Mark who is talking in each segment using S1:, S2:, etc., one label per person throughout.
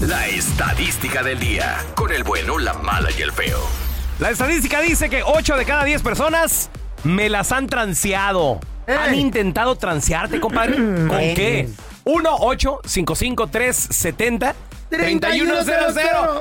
S1: la estadística del día, con el bueno, la mala y el feo.
S2: La estadística dice que 8 de cada 10 personas me las han transeado. ¿Han intentado transearte, compadre? ¿Con
S3: Eh.
S2: qué? 1 8 55 370 3100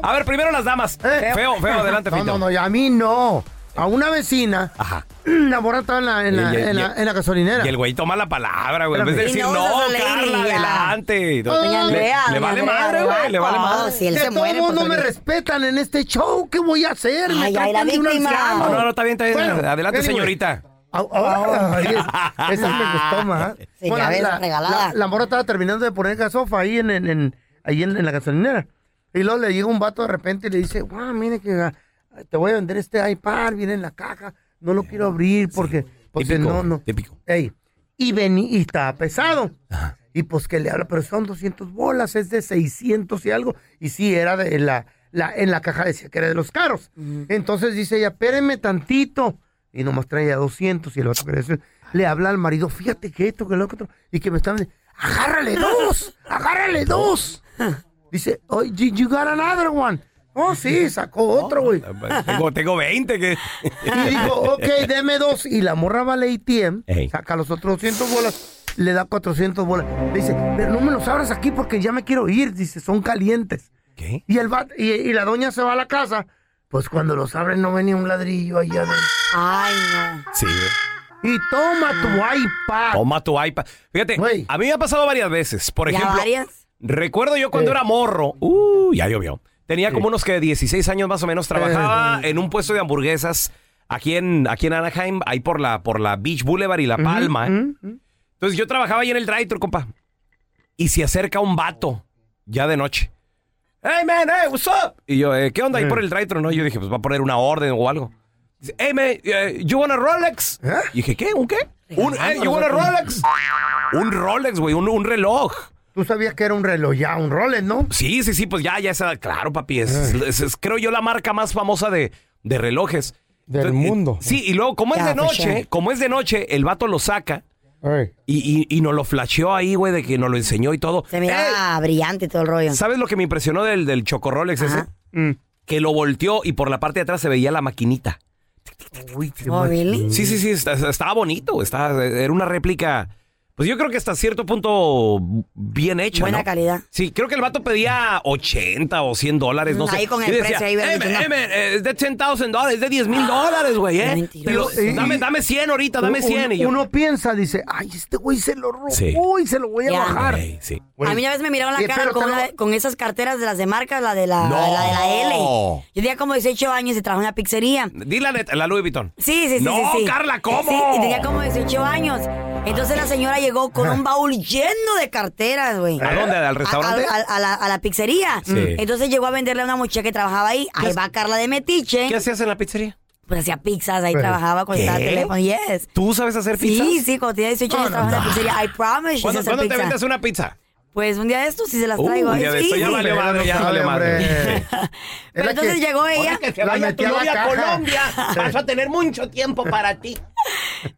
S2: A ver, primero las damas. Feo, feo, adelante,
S4: Eh, No,
S2: Fito.
S4: no, no, y a mí no. A una vecina, la morra estaba en la, en la-
S2: Y- y-
S4: en la-
S2: y-
S4: en la gasolinera.
S2: Y el güey toma la palabra, güey. En vez de
S4: Espérame.
S2: decir,
S4: Y
S2: no,
S4: no usas la ley,
S2: Carla,
S4: ya.
S2: adelante.
S4: Oh,
S2: Le- le, vale madre, güey. Le vale madre.
S4: que todo el mundo me respetan en este show. ¿Qué voy a hacer? Me
S2: pues, Ay, ay, la
S4: tratan de un
S2: víctima.
S4: anciano.
S2: No, no, no, está bien, está bien. Adelante,
S4: anyway. Ah,
S2: señorita.
S4: Au- au- ay, es- esa me gustó más.
S5: Sí, ya ves, regalada.
S4: La, la morra estaba terminando de poner gasofa ahí en, en, en- ahí en, en la gasolinera. Y luego le llega un vato de repente y le dice, guau, mire que ah, te voy a vender este iPad, viene en la caja, no lo quiero abrir porque pues,
S2: típico,
S4: no, no. Ey, y vení, y estaba pesado. Y pues que le habla, pero son 200 bolas, es de 600 y algo. Y sí, era de la, la- en la caja decía que era de los caros. Entonces dice ella, espérenme tantito. Y nomás traía 200 y el vato que le decía, le habla al marido, fíjate que esto, que lo otro. Y que me estaban, agárrale dos,
S2: Oh.
S4: agárrale dos. Dice, oh, you, you got another one. Oh, sí, sacó otro, güey.
S2: Tengo, tengo 20. Que...
S4: Y dijo, ok, deme dos. Y la morra va al ATM,
S2: Ey.
S4: saca los otros 200 bolas, le da 400 bolas. Le dice, pero no me los abras aquí porque ya me quiero ir. Dice, son calientes.
S2: ¿Qué?
S4: Y, el va- y, y la doña se va a la casa. Pues cuando los abren no venía un ladrillo allá adentro.
S5: Ay, no.
S2: Sí, güey.
S4: Y toma tu iPad.
S2: Toma tu iPad. Fíjate, a mí me ha pasado varias veces. Por
S5: ¿Ya
S2: ejemplo,
S5: varias?
S2: recuerdo yo cuando era morro. Uh, ya llovió. Tenía como unos que 16 años más o menos. Trabajaba en un puesto de hamburguesas aquí en, aquí en Anaheim, ahí por la, por la Beach Boulevard y La Palma. ¿eh? Entonces yo trabajaba ahí en el drive compa. Y se acerca un vato, ya de noche. Hey, man, hey, what's up? Y yo, eh, ¿qué onda? Ahí por el drive ¿no? Yo dije, pues va a poner una orden o algo. Dice, hey, man, eh, you want a Rolex? Y dije, ¿qué? ¿Un qué? Un, eh, you want a ¿Eh? Rolex? Un Rolex, güey, un, un reloj.
S4: Tú sabías que era un reloj ya, un Rolex, ¿no?
S2: Sí, sí, sí, pues ya, ya esa, claro, papi, es, es- es- creo yo la marca más famosa de, de relojes. Del mundo. Sí, y luego, como es
S4: Yeah,
S2: de
S4: for sure.
S2: noche, como es de noche, el vato lo saca
S4: Ey.
S2: y, y, y nos lo flasheó ahí, güey, de que nos lo enseñó y todo.
S5: Se miraba brillante todo el rollo.
S2: ¿Sabes lo que me impresionó del, del chocorrolex ese?
S4: Mm.
S2: Que lo volteó y por la parte de atrás se veía la maquinita.
S4: Uy, qué
S5: Oh, really?
S2: Sí, sí, sí, está- estaba bonito, estaba, era una réplica, pues yo creo que hasta cierto punto bien hecha.
S5: Buena
S2: ¿no?
S5: calidad.
S2: Sí, creo que el vato pedía 80 o 100 dólares, no sé.
S5: Mm, Ahí con el
S2: Y
S5: precio, ahí,
S2: "Eh,
S5: ¿verdad?
S2: man, eh, man, eh, es de 100,000 dólares, es de 10 mil dólares, güey, ¿eh? Pero,
S4: Y-
S2: dame, dame 100 ahorita, dame
S4: Un-
S2: 100. y yo,
S4: Uno piensa, dice, ay, este güey se lo robó
S2: Sí.
S4: y se lo voy a
S5: Ya.
S4: bajar.
S2: Ey, sí.
S5: A mí una vez me miraron
S4: Y
S5: la cara
S4: espero
S5: con,
S4: que
S5: una- con esas carteras de las de marcas, la de la,
S2: No.
S5: la de la L. Yo tenía como 18 años y trabajaba en una pizzería.
S2: Di la neta, la Louis Vuitton.
S5: Sí, sí, sí.
S2: No,
S5: sí, sí.
S2: Carla, ¿cómo?
S5: Sí, y tenía como 18 años. Entonces la señora llegó con un baúl lleno de carteras, güey.
S2: ¿A dónde? ¿Al
S5: A-
S2: restaurante?
S5: A, a la, a la pizzería. Mm.
S2: Sí.
S5: Entonces llegó a venderle a una muchacha que trabajaba ahí. Ahí va Carla de Metiche.
S2: ¿Qué hacías en la pizzería?
S5: Pues hacía pizzas, ahí
S2: Pero,
S5: trabajaba cuando
S2: ¿qué?
S5: estaba teléfono. Yes.
S2: ¿Tú sabes hacer pizzas?
S5: Sí, sí, cuando tenía 18 años trabajaba en la pizzería. I promise.
S2: ¿Cuándo,
S5: hice hacer
S2: cuándo te
S5: pizza.
S2: vendes una pizza?
S5: Pues un día de estos sí se las
S2: Uh,
S5: traigo. ¿eh?
S2: un día
S5: Es
S2: de esto, ya
S5: easy.
S2: valió madre, ya
S4: no
S2: valió
S4: sabe,
S2: madre.
S4: hombre.
S5: Pero entonces llegó ella.
S2: vas a tener mucho tiempo para ti.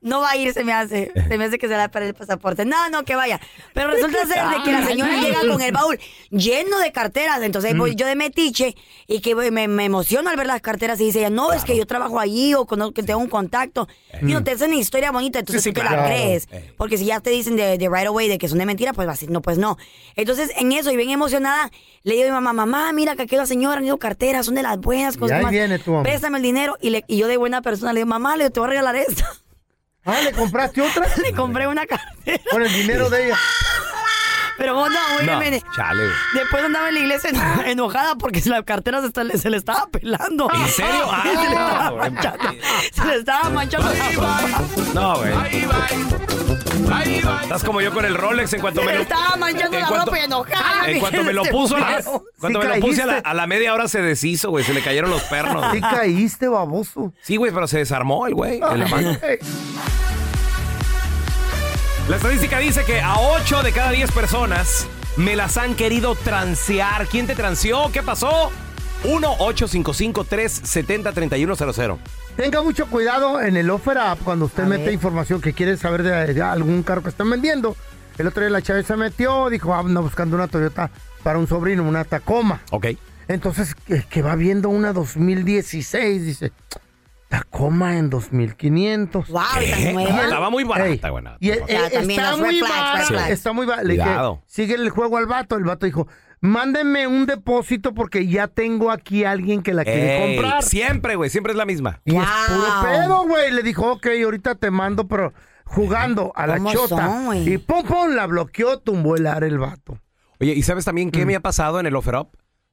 S5: No va a ir, se me hace. Se me hace que se la para el pasaporte. No, no, que vaya. Pero resulta
S6: ¿Qué
S5: ser de que la
S6: tal?
S5: señora llega con el baúl lleno de carteras. Entonces ahí voy
S2: Mm.
S5: yo de metiche y que voy- me, me emociono al ver las carteras y dice ella, no, es que yo trabajo allí o conozco- que tengo un contacto.
S2: Mm.
S5: Y no te hacen una historia bonita, entonces
S6: Sí, sí,
S5: tú te
S6: claro.
S5: la crees.
S2: Eh.
S6: Ey.
S5: Porque si ya te dicen de, de right away de que son de mentira, pues vas a decir, no, pues no. Entonces en eso, y bien emocionada, le digo a mi mamá, mamá, mira que aquí la señora, han ido carteras, son de las buenas,
S4: Y
S5: cosas
S4: ahí
S5: más.
S4: viene tu mamá.
S5: Préstame el dinero. Y, le- y yo de buena persona le digo, mamá, le te voy a regalar esto.
S4: Ah, ¿le compraste otra?
S5: le compré una cartera.
S4: Con el dinero de ella.
S5: Pero vos no, güey.
S2: No,
S5: mire.
S2: chale, güey.
S5: Después andaba en la iglesia eno- enojada porque la cartera se, está- se le estaba pelando.
S2: ¿En serio? Ah,
S5: se, le
S2: no,
S5: estaba
S2: güey.
S5: manchando, se le estaba manchando.
S2: No, güey. Estás como yo con el Rolex en cuanto
S5: Se
S2: me
S5: le
S2: lo...
S5: estaba manchando
S2: en
S5: la
S2: cuanto- Ah,
S5: ropa y enojada.
S2: En cuanto me lo
S5: Este
S2: puso, a la,
S5: perro.
S2: cuando
S4: Sí
S2: me lo puse a la,
S4: caíste.
S2: a la media hora se deshizo, güey. Se le cayeron los pernos.
S4: Sí caíste, baboso.
S2: Sí, güey, pero se desarmó el güey. en la mano.
S4: Ay,
S2: La estadística dice que a 8 de cada 10 personas me las han querido transear. ¿Quién te transeó? ¿Qué pasó? 1-855-370-3100.
S4: Tenga mucho cuidado en el Offer App cuando usted mete información que quiere saber de, de algún carro que están vendiendo. El otro día la chave se metió, dijo, ah, anda buscando una Toyota para un sobrino, una Tacoma.
S2: Ok.
S4: Entonces, que, que va viendo una 2016, dice, Tacoma en 2500.
S5: Wow,
S2: ¿Eh?
S5: tan
S2: No,
S5: nueva.
S2: estaba muy
S4: Ey,
S2: barata, güey. no.
S4: y, eh,
S5: Ya,
S4: eh,
S5: también
S4: está,
S5: las red
S4: muy
S5: flags,
S4: barata,
S5: red flags.
S4: está muy barata. Le dije,
S2: Cuidado.
S4: Sigue el juego al vato. El vato dijo, mándenme un depósito porque ya tengo aquí a alguien que la quiere
S2: Ey,
S4: comprar.
S2: Siempre, güey, siempre es la misma.
S4: Y es
S5: Wow.
S4: puro pedo, güey. Le dijo, ok, ahorita te mando, pero jugando a la
S5: ¿Cómo
S4: chota.
S5: son, güey?
S4: y pum, pum, la bloqueó, tumbó el ar el vato.
S2: Oye, ¿y sabes también
S4: Mm.
S2: qué me ha pasado en el offer up?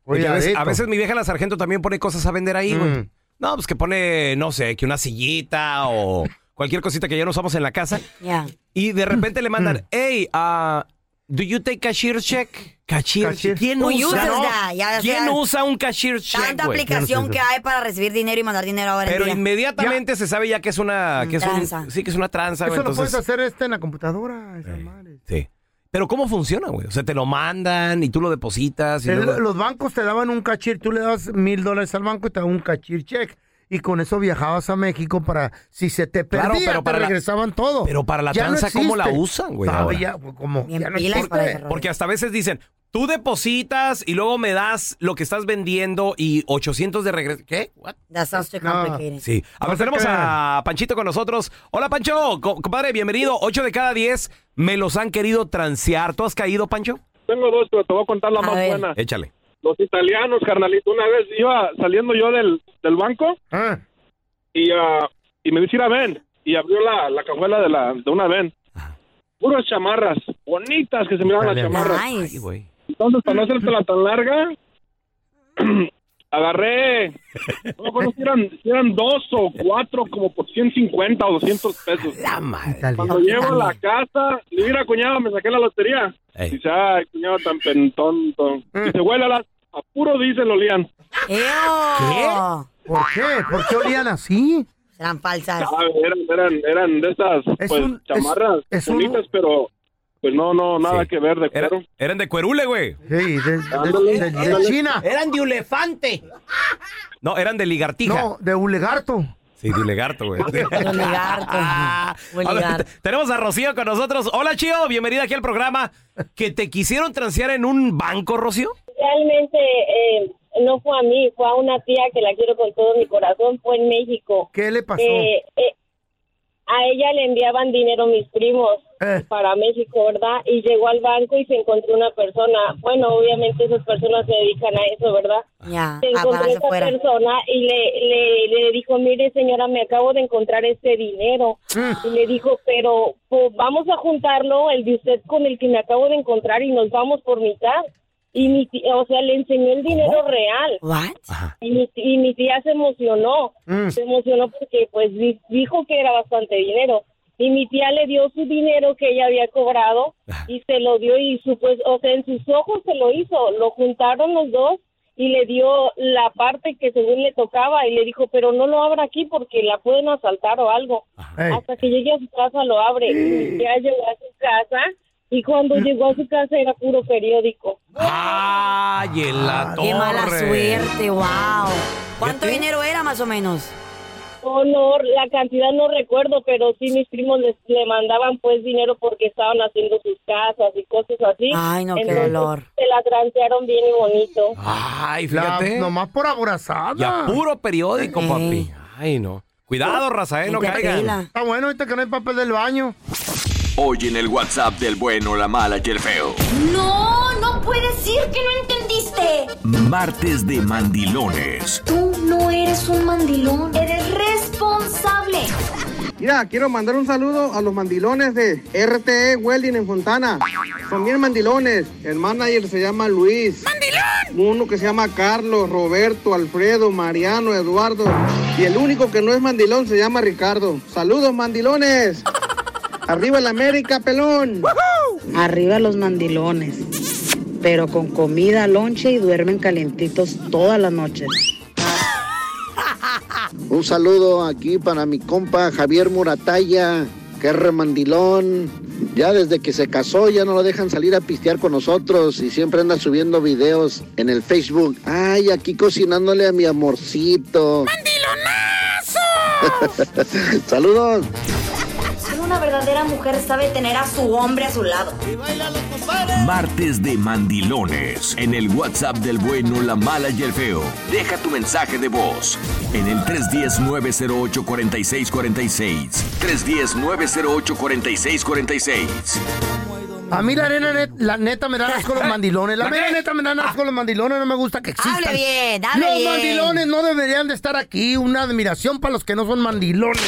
S2: De que a, veces,
S4: Cuidadito.
S2: a veces mi vieja la sargento también pone cosas a vender ahí, güey.
S4: Mm.
S2: No, pues que pone, no sé, que una sillita o cualquier cosita que ya no usamos en la casa.
S5: Ya.
S2: Y
S4: Mm.
S2: de repente le mandan, hey, ah, do you take cashier check? Cashier,
S4: Cashier.
S2: check. ¿Quién
S5: Who
S2: usa?
S5: uses
S2: no?
S5: that? Ya, o
S2: ¿Quién
S5: sea,
S2: usa un cashier check?
S5: Tanta
S2: güey?
S5: aplicación que hay para recibir dinero y mandar dinero ahora
S2: Pero
S5: en día.
S2: inmediatamente se sabe ya que es una. Que es un,
S5: Mm, Tranza.
S2: sí, que es una tranza,
S4: Eso
S2: güey.
S4: lo puedes
S2: Entonces,
S4: hacer este en la computadora. esa madre.
S2: sí. Pero ¿cómo funciona, güey? O sea, te lo mandan y tú lo depositas. Y
S4: El-
S2: Ah, luego-
S4: los bancos te daban un cachir, tú le dabas mil dólares al banco y te daban un cachir check. Y con eso viajabas a México para, si se te perdía,
S2: Claro, pero
S4: te
S2: para la-
S4: regresaban todo.
S2: pero para la tranza, ¿cómo la
S4: existe.
S2: usan, güey,
S4: No,
S2: ahora?
S4: ya, pues, como,
S5: Bien
S4: ya no
S5: pilas para
S4: existe.
S5: ese rollo.
S2: Porque hasta a veces dicen, tú depositas y luego me das lo que estás vendiendo y 800 de regreso. ¿Qué? What?
S5: That sounds too
S4: No.
S5: complicated.
S2: Sí. A ver,
S4: No se
S2: tenemos
S4: crean.
S2: a Panchito con nosotros. Hola, Pancho. Co- compadre, bienvenido. 8 de cada 10 me los han querido transear. ¿Tú has caído, Pancho?
S3: Tengo dos, pero te voy a contar la
S5: A
S3: más
S5: ver.
S3: buena.
S2: Échale.
S3: Los italianos, carnalito. Una vez iba saliendo yo del, del banco
S4: Ah,
S3: y, ah, y me dice, a ven. Y abrió la, la cajuela de, la, de una ven. Puras chamarras, bonitas que se miraban las
S4: Italianas.
S3: chamarras.
S2: Ay,
S5: Nice.
S2: güey.
S3: Entonces, para no hacértela tan larga, agarré, no me acuerdo si eran, si eran dos o cuatro, como por 150 o 200 pesos.
S2: La madre.
S4: tal vez.
S3: Cuando llego a la casa, le digo, mira, cuñado, me saqué la lotería.
S2: Ey.
S3: Dice, ay, cuñado, tan pentonto. Dice, huélalas. A puro diésel olían.
S5: Eo.
S4: ¿Por qué? ¿Por qué olían así?
S5: Serán falsas.
S3: Ah, Eran, eran, eran de esas,
S4: Es
S3: pues,
S4: un- es-
S3: chamarras
S4: es un-
S3: bonitas, pero pues no, no, nada
S2: Sí.
S3: que ver de
S2: Era-
S3: cuero.
S2: eran de cuerule, güey.
S4: Sí, de, de-
S3: Ándale,
S4: de- de
S3: ándale.
S4: China.
S2: Eran de elefante. No, eran de ligartija.
S4: No, de Ulegarto.
S2: Sí, de legarto, güey.
S5: De oligarca.
S2: Ah,
S5: Buen
S2: a ver,
S5: ligar.
S2: te- tenemos a Rocío con nosotros. Hola, Chío. Bienvenida aquí al programa. ¿Que te quisieron transear en un banco, Rocío?
S6: Realmente eh, no fue a mí, fue a una tía que la quiero con todo mi corazón, fue en México.
S4: ¿Qué le pasó?
S6: Eh, eh, a ella le enviaban dinero mis primos
S4: Eh.
S6: para México, ¿verdad? Y llegó al banco y se encontró una persona. Bueno, obviamente esas personas se dedican a eso, ¿verdad?
S5: Ya,
S6: Se
S5: ah, para
S6: encontró
S5: hacia
S6: esa
S5: afuera.
S6: persona y le, le, le dijo, mire señora, me acabo de encontrar este dinero. Y le dijo, pero pues, vamos a juntarlo, el de usted con el que me acabo de encontrar y nos vamos por mitad. Y mi tía, o sea, le enseñó el dinero real.
S5: What?
S6: Y mi, y mi tía se emocionó,
S4: Mm.
S6: se emocionó porque pues di- dijo que era bastante dinero. Y mi tía le dio su dinero que ella había cobrado y se lo dio y su, pues, o sea, en sus ojos se lo hizo, lo juntaron los dos y le dio la parte que según le tocaba y le dijo, pero no lo abra aquí porque la pueden asaltar o algo.
S4: Ey.
S6: Hasta que llegue a su casa lo abre. Y mi tía llegó a su casa y cuando llegó a su casa era puro periódico.
S2: ¡Ay, en la torre!
S5: Qué mala suerte, wow. ¿Cuánto dinero era más o menos?
S6: No, Oh, no, la cantidad no recuerdo, pero sí mis primos les, le mandaban pues dinero porque estaban haciendo sus casas y cosas así.
S5: Ay, no, qué
S6: Entonces,
S5: dolor.
S6: Se la transearon bien y bonito.
S2: ¡Ay,
S4: La-
S2: fíjate!
S4: pues, nomás por abrazada.
S2: y a puro periódico,
S5: Ey.
S2: papi. ¡Ay, no!
S4: Oh,
S2: Cuidado, raza, eh, no
S5: Gente
S2: caigan.
S5: pila.
S4: Está bueno, ahorita que no hay papel del baño.
S1: Hoy en el WhatsApp del bueno, la mala y el feo.
S7: No, no puedes decir que no entendiste.
S1: Martes de mandilones.
S7: Tú no eres un mandilón, eres responsable.
S8: Mira, quiero mandar un saludo a los mandilones de RTE Welding en Fontana. Son bien mandilones. El manager se llama Luis. ¡Mandilón! Uno que se llama Carlos, Roberto, Alfredo, Mariano, Eduardo. Y el único que no es mandilón se llama Ricardo. Saludos, mandilones. Arriba el América, pelón.
S9: Ah, Arriba los mandilones. Pero con comida, lonche y duermen calentitos todas las noches.
S10: Un saludo aquí para mi compa Javier Murataya, que es remandilón. Ya desde que se casó ya no lo dejan salir a pistear con nosotros y siempre anda subiendo videos en el Facebook. Ay, aquí cocinándole a mi amorcito. ¡Mandilonazo! Saludos.
S7: Solo una verdadera mujer sabe tener a su hombre a su lado.
S1: Martes de Mandilones. En el WhatsApp del bueno, la mala y el feo. Deja tu mensaje de voz. En el 310-908-4646. 310-908-4646.
S4: A mí la, nena, net- la neta me dan asco los mandilones. La mera neta me dan asco los mandilones. No me gusta que existan.
S5: Hable bien, hable
S4: Los
S5: bien.
S4: mandilones no deberían de estar aquí. Una admiración para los que no son mandilones.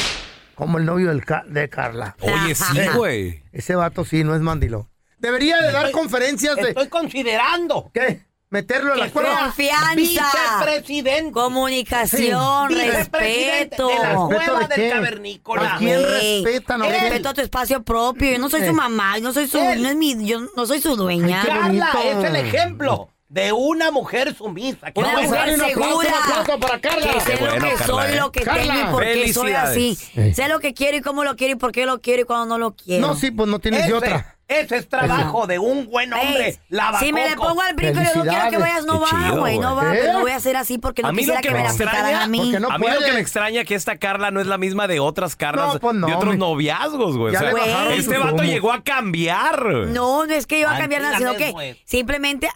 S4: Como el novio del Ca- de Carla.
S2: Oye, sí, güey.
S4: Ese vato sí no es mandilón. Debería de dar conferencias de...
S11: Estoy considerando
S4: ¿Qué? Meterlo a la
S11: que sea
S4: escuela.
S5: Confianza,
S11: vicepresidente.
S5: comunicación,
S4: Sí,
S11: vicepresidente
S5: respeto.
S11: de la
S4: ¿Respeto
S11: cueva
S4: de
S11: del
S4: qué?
S11: cavernícola.
S4: ¿A quién
S5: Ey,
S4: respetan? ¿A quién?
S5: Respeto a tu espacio propio. Yo no soy
S4: Eh.
S5: su mamá, yo no soy su,
S11: Él.
S5: no es mi, yo no soy su dueña.
S4: Ay, qué
S11: Carla
S4: bonito.
S11: es el ejemplo de una mujer sumisa. Que
S5: Una
S11: no
S5: mujer
S11: sabe-
S4: un aplauso,
S5: segura.
S4: un aplauso para Carla.
S5: Que sé
S2: Qué bueno,
S5: lo que
S2: Carla,
S5: soy,
S2: eh.
S5: lo que
S4: Carla.
S5: tengo y por qué soy así.
S2: Felicidades.
S4: Ey.
S5: Sé lo que quiero y cómo lo quiero y por qué lo quiero y cuando no lo quiero.
S4: No, sí, pues no tienes
S11: ese,
S4: de otra.
S11: ese es trabajo de un buen hombre.
S5: Ey,
S11: lavacoco.
S5: si me le pongo al brinco y le digo, no quiero que
S4: Felicidades.
S5: vayas, no
S2: Qué
S4: Ah,
S5: va,
S2: chido,
S5: güey, no va,
S4: güey.
S5: pero no voy a hacer así porque no
S2: A mí lo
S5: quisiera
S2: que
S5: que me
S2: me
S5: la quitaran
S2: extraña,
S5: a mí.
S4: porque no
S2: a mí lo que
S4: puedes.
S2: me extraña que esta Carla no es la misma de otras Carlas
S4: No, pues no,
S2: de otros
S4: mi-
S2: noviazgos, güey.
S4: Ya
S2: O sea,
S4: le
S5: bajaron
S2: este
S4: sus
S2: vato
S4: humos.
S2: llegó a cambiar.
S5: No, no es que iba a cambiar nada, sino
S11: Tranquilamente,
S5: que
S11: güey.
S5: simplemente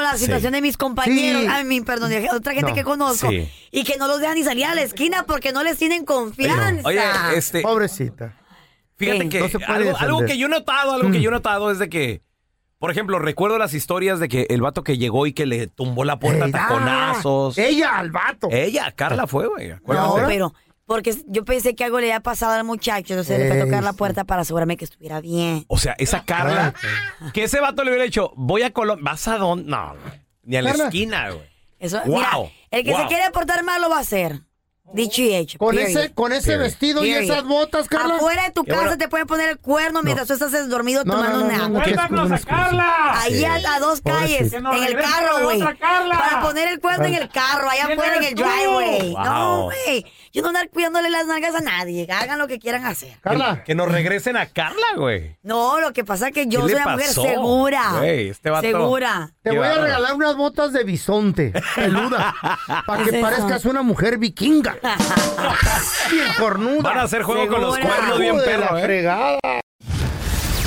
S5: la situación de mis compañeros,
S4: Sí.
S5: ay, mi, perdón, de otra gente
S4: No.
S5: que conozco,
S2: Sí.
S5: y que no los dejan ni salir a la esquina porque no les tienen confianza.
S2: Oye, este,
S4: Pobrecita.
S2: Fíjate
S5: Sí.
S2: que
S4: No se puede
S2: algo,
S4: defender. Mm.
S2: algo que yo he notado, algo que yo he notado es de que, por ejemplo, recuerdo las historias de que el vato que llegó y que le tumbó la puerta a
S4: Ey, da.
S2: taconazos.
S4: Ella al vato.
S2: Ella, Carla fue, güey.
S5: No,
S2: acuérdate.
S5: pero porque yo pensé que algo le había pasado al muchacho, entonces le fue a tocar la
S4: Eso.
S5: puerta para asegurarme que estuviera bien.
S2: O sea,
S4: Ah,
S2: esa Carla, que ese vato le hubiera dicho, voy a Colombia, ¿vas a dónde? No, güey, ni a la
S4: Carla.
S2: esquina, güey.
S5: Eso,
S2: Wow,
S5: mira, el que se
S2: wow.
S5: quiere portar mal lo va a hacer. Dicho y hecho.
S4: Con
S5: period,
S4: ese, con ese
S2: Period.
S4: vestido
S5: period.
S4: y esas botas, Carla.
S5: Afuera de tu
S2: Qué
S5: casa
S2: bueno.
S5: te pueden poner el cuerno mientras tú estás dormido
S4: No,
S5: tomando
S4: no, no,
S5: una
S4: no, no, que es como unas cosas.
S5: Ahí a, a dos calles,
S4: Pobrecito.
S5: en el carro, güey. Para poner el cuerno en el carro, allá afuera en el driveway. No,
S2: Wow.
S5: güey. Yo no andar cuidándole las nalgas a nadie. Hagan lo que quieran hacer.
S4: Carla.
S2: Que nos regresen a Carla, güey.
S5: No, lo que pasa es que yo
S2: ¿Qué
S5: soy
S2: le
S5: una mujer
S2: pasó?
S5: segura.
S2: Güey, este vato-
S5: Segura.
S4: Te
S2: Qué
S4: voy a
S2: bárbaro.
S4: regalar unas botas de bisonte, peludas, para
S5: ¿Qué
S4: que
S5: es eso?
S4: parezcas una mujer vikinga. Bien cornuda.
S2: Van a hacer juego con los
S5: Segura.
S2: cuernos bien
S4: Hijo de
S2: perro,
S4: la
S2: eh.
S4: fregada.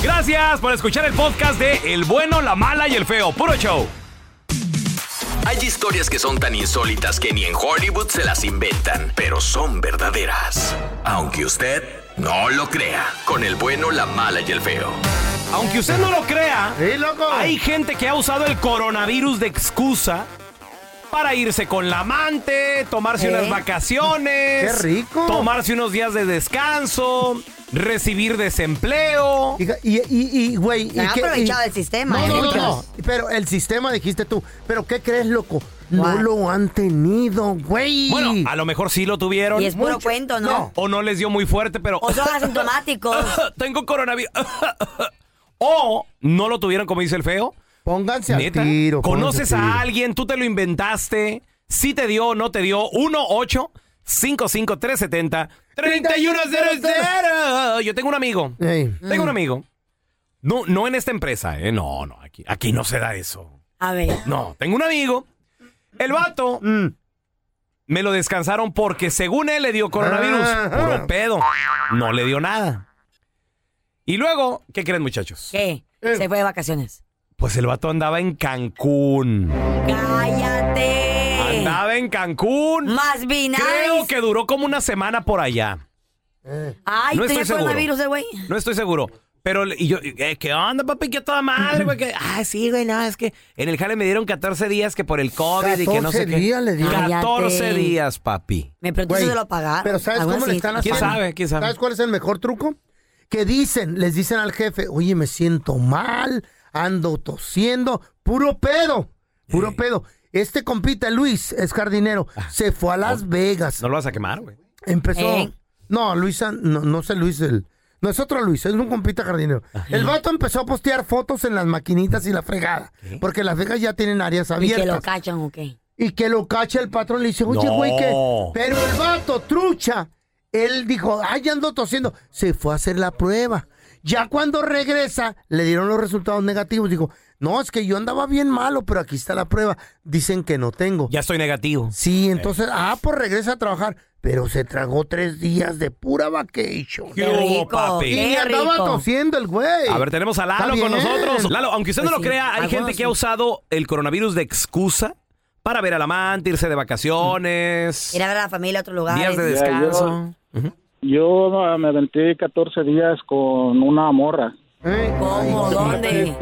S2: Gracias por escuchar el podcast de El Bueno, La Mala y El Feo. Puro show.
S1: Hay historias que son tan insólitas que ni en Hollywood se las inventan, pero son verdaderas. Aunque usted no lo crea, con el bueno, la mala y el feo.
S2: Aunque usted no lo crea,
S4: Sí, loco.
S2: Hay gente que ha usado el coronavirus de excusa para irse con la amante, tomarse
S5: ¿Eh?
S2: unas vacaciones.
S4: ¡Qué rico!
S2: Tomarse unos días de descanso, recibir desempleo.
S4: Hija, Y, y, y, güey. y
S5: Se ha
S4: que- y-
S5: aprovechado del sistema,
S4: No,
S5: ¿eh?
S4: no, no,
S5: Muchos.
S4: no. Pero el sistema dijiste tú. Pero ¿qué crees, loco? No
S5: ¿Cuál?
S4: lo han tenido, güey.
S2: Bueno, a lo mejor sí lo tuvieron.
S5: Y es puro cuento, ¿no?
S4: No.
S2: O no les dio muy fuerte, pero...
S5: O son asintomáticos.
S2: Tengo coronavirus. o no lo tuvieron, como dice el feo.
S4: Pónganse al
S2: ¿Neta?
S4: tiro.
S2: ¿Conoces
S4: pónganse al
S2: a
S4: tiro.
S2: alguien? ¿Tú te lo inventaste? ¿Sí te dio o no te dio? 1 8 55 370 3100 Yo tengo un amigo.
S4: Ey.
S5: Mm.
S2: Tengo un amigo. No, no en esta empresa, eh. No, no, aquí, aquí no se da eso.
S5: A ver.
S2: No, tengo un amigo. El vato
S4: Mm.
S2: me lo descansaron porque según él le dio coronavirus.
S4: Ajá.
S2: Puro pedo. No le dio nada. Y luego, ¿qué creen, muchachos?
S5: ¿Qué?
S4: Eh.
S5: Se fue de vacaciones.
S2: Pues el vato andaba en Cancún.
S5: ¡Cállate!
S4: Eh.
S2: Andaba en Cancún.
S5: Más vinagre.
S2: Creo que duró como una semana por allá.
S5: Ay,
S2: No
S5: tenía
S2: estoy seguro.
S5: coronavirus el güey.
S2: No estoy seguro. Pero, le- y yo, eh, ¿qué onda, papi? ¿Qué a toda madre, güey? Que- Ah, sí, güey, no, es que en el jale me dieron 14 días que por el COVID y que no sé
S4: 14 días
S2: qué.
S4: le dieron.
S2: 14
S4: Cállate.
S2: días, papi.
S5: Me pregunto
S4: Güey,
S5: si se lo pagaron.
S4: Pero ¿sabes
S5: algo
S4: cómo le
S5: así.
S4: están
S2: ¿Quién
S4: haciendo?
S2: sabe? ¿Quién sabe?
S4: ¿Sabes cuál es el mejor truco? Que dicen, les dicen al jefe, oye, me siento mal, ando tosiendo, puro pedo, puro pedo. Este compita Luis es jardinero, se fue a Las Vegas.
S2: Ah. No lo vas a quemar, güey.
S4: Empezó.
S2: ¿Eh?
S4: No, Luisa, no, no sé Luis, el, no es otro Luis, es un compita jardinero. El vato empezó a postear fotos en las maquinitas y la fregada. Porque Las Vegas ya tienen áreas
S5: ¿Y que
S4: abiertas.
S5: lo cachan o qué?
S4: Y que lo cacha el patrón, le dice, oye,
S5: No.
S4: güey, que... Pero el vato, trucha, él dijo, ay, ya ando tosiendo. Se fue a hacer la prueba. Ya cuando regresa, le dieron los resultados negativos. Dijo, no, es que yo andaba bien malo, pero aquí está la prueba. Dicen que no tengo.
S2: Ya estoy negativo. Eh.
S4: Sí, entonces, ah, pues regresa a trabajar. Pero se tragó tres días de pura vacation.
S2: Qué Qué hubo, rico, papi.
S4: Y
S2: qué
S4: andaba
S2: rico.
S4: tosiendo el güey.
S2: A ver, tenemos a Lalo
S4: Está
S2: con
S4: bien.
S2: nosotros. Lalo, aunque usted no
S4: Pues
S2: lo
S4: sí,
S2: crea, hay
S4: algo
S2: gente que ha
S4: así.
S2: usado el coronavirus de excusa para ver al amante, irse de vacaciones,
S5: Ir a ver a la familia a otro lugar.
S2: días de
S12: Ya, yo-
S2: descanso.
S12: Yo ah, me aventé 14 días con una morra.
S5: ¿Cómo? ¿Dónde?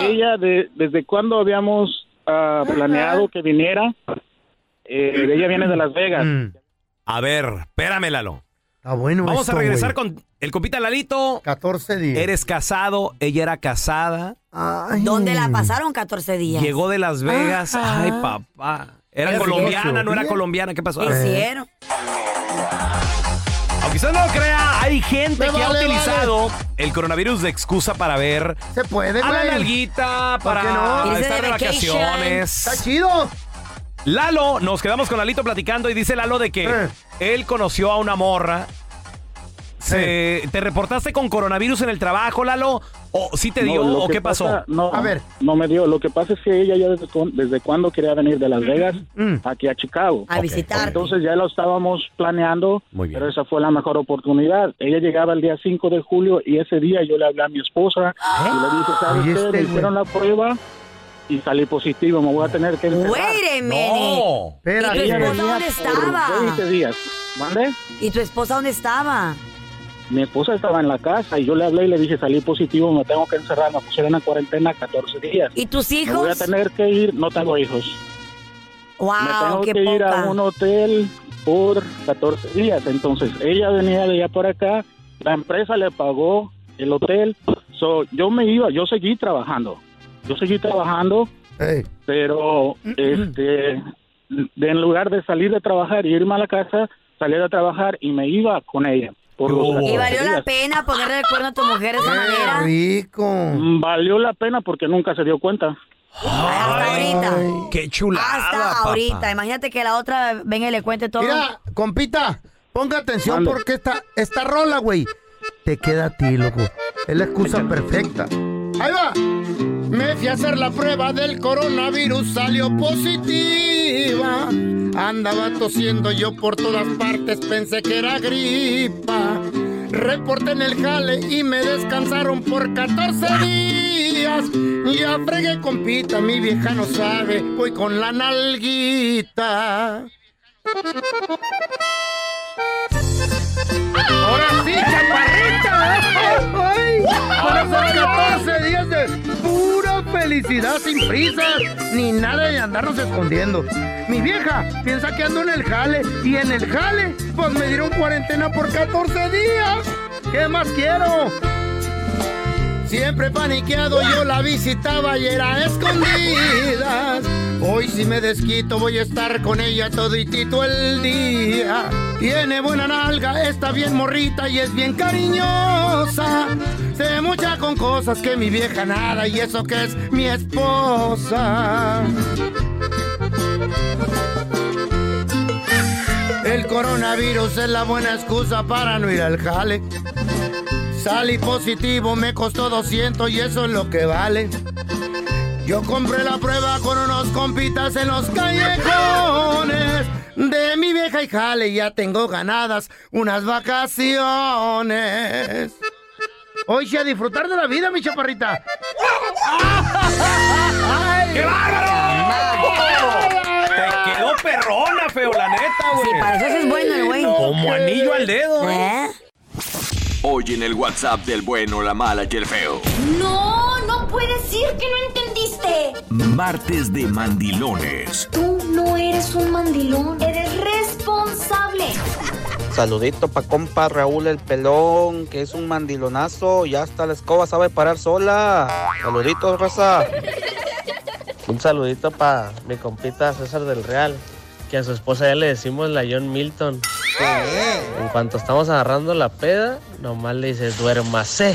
S12: Ella, de- desde cuando habíamos ah, planeado que viniera, eh, ella viene de Las Vegas.
S2: A ver, espérame, Lalo.
S4: Mm. Está bueno
S2: Vamos
S4: esto,
S2: a regresar
S4: güey.
S2: con el compita Lalito.
S4: 14 días.
S2: Eres casado, ella era casada.
S5: ¿Dónde la pasaron 14 días?
S2: Llegó de Las Vegas.
S5: Ajá.
S2: Ay, papá. Era
S5: Era
S2: colombiana,
S5: cierto.
S2: no era colombiana. ¿Qué pasó? Eh,
S5: ¿Qué hicieron?
S2: Aunque usted no lo crea, hay gente
S5: Me
S2: que ha
S5: vale,
S2: utilizado el coronavirus de excusa para ver.
S4: Se puede,
S2: A la
S4: güey.
S2: nalguita
S4: ¿Por
S2: para
S4: qué no? Irse
S2: estar
S4: de
S2: de
S4: vacation.
S2: vacaciones.
S4: Está chido.
S2: Lalo, nos quedamos con Lalito platicando y dice Lalo de que él conoció a una morra. Se- ¿Te reportaste con coronavirus en el trabajo, Lalo? ¿O sí te
S12: No,
S2: dio?
S12: lo
S2: ¿O
S12: que
S2: qué pasó?
S12: pasa- no, No me dio. Lo que pasa es que ella ya desde, cu- desde cuando quería venir de Las Vegas
S2: Mm.
S12: aquí a Chicago.
S5: A visitar.
S12: Entonces ya lo estábamos planeando, pero esa fue la mejor oportunidad. Ella llegaba el día 5 de julio y ese día yo le hablé a mi esposa y
S2: ¿Eh?
S12: le dije, ¿sabes
S4: Oye,
S12: qué?
S4: este
S12: Me
S4: güey.
S12: hicieron la prueba y salí positivo. Me voy a tener que encerrar.
S5: Wait a minute.
S12: Espera,
S5: ¿Y tu
S12: ella
S5: esposa
S12: venía
S5: dónde
S12: por
S5: estaba?
S12: 20 días. ¿Mande?
S5: ¿Y tu esposa dónde estaba?
S12: Mi esposa estaba en la casa y yo le hablé y le dije, salí positivo, me tengo que encerrar, me pusieron en cuarentena 14 días.
S5: ¿Y tus
S12: Me voy a
S5: hijos?
S12: tener que ir, no tengo hijos. me
S5: Wow,
S12: tengo
S5: qué
S12: que ir a
S5: poca.
S12: un hotel por 14 días. Entonces, ella venía de allá para acá, la empresa le pagó el hotel. So, yo me iba, yo seguí trabajando. Yo seguí trabajando, pero este, de- en lugar de salir de trabajar y irme a la casa, salía a trabajar y me iba con ella. Por los 14
S5: ¿Y valió
S12: días.
S5: la pena ponerle el cuerno a tu mujer de esa manera?
S4: rico.
S12: Mm, Valió la pena porque nunca se dio cuenta.
S2: Qué chulada.
S5: Hasta ahorita. Imagínate que la otra venga y le cuente todo.
S4: Mira, compita, ponga atención
S5: Mande.
S4: porque esta, esta rola, güey, te queda a ti, loco. Es la excusa perfecta. Ahí va. Me fui a hacer la prueba del coronavirus, salió positiva. Andaba tosiendo yo por todas partes, pensé que era gripa. Reporté en el jale y me descansaron por 14 días. Ya fregué compita, mi vieja no sabe, voy con la nalguita. Ahora sí, ¿eh? chaparrita. Ay, Van a ser 14 días de pura felicidad sin prisas, ni nada de andarnos escondiendo. Mi vieja piensa que ando en el jale y en el jale, pues me dieron cuarentena por 14 días. ¿Qué más quiero? Siempre paniqueado yo la visitaba y era a escondidas. Hoy si me desquito voy a estar con ella toditito el día. Tiene buena nalga, está bien morrita y es bien cariñosa. Se mucha con cosas que mi vieja nada y eso que es mi esposa. El coronavirus es la buena excusa para no ir al jale. Salí positivo, me costó 200 y eso es lo que vale. Yo compré la prueba con unos compitas en los
S2: eh,
S4: callejones. De mi vieja y jale ya tengo ganadas unas vacaciones. Oye, a disfrutar de la vida, mi chaparrita. ¡Qué
S2: Te quedó perrona, feo, la neta, güey.
S5: Sí, para eso es bueno el güey.
S2: Como anillo al dedo.
S5: ¿Eh?
S1: Hoy en el WhatsApp del bueno, la mala y el feo.
S7: No, no puedes decir que no entendiste.
S1: Martes de mandilones.
S7: Tú no eres un mandilón, eres responsable.
S13: Saludito pa' compa Raúl el pelón, que es un mandilonazo y hasta la escoba sabe parar sola. Saludito, raza.
S14: Un saludito para mi compita César del Real, que a su esposa ya le decimos la John Milton. En cuanto estamos agarrando la peda, nomás le dices duérmase.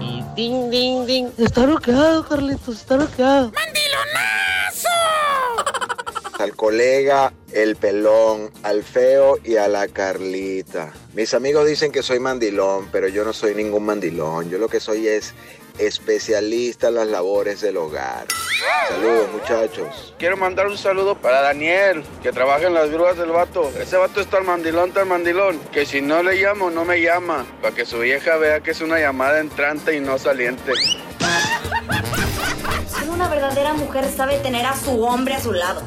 S14: Y ding, ding, ding. Está bloqueado, Carlitos, está bloqueado.
S15: al colega, el pelón, al feo y a la Carlita. Mis amigos dicen que soy mandilón, pero yo no soy ningún mandilón. Yo lo que soy es especialista en las labores del hogar. Saludos muchachos.
S16: Quiero mandar un saludo para Daniel, que trabaja en las grúas del vato. Ese vato está tan mandilón, tan mandilón, que si no le llamo, no me llama. Para que su vieja vea que es una llamada entrante y no saliente.
S7: Solo una verdadera mujer sabe tener a su hombre a su lado.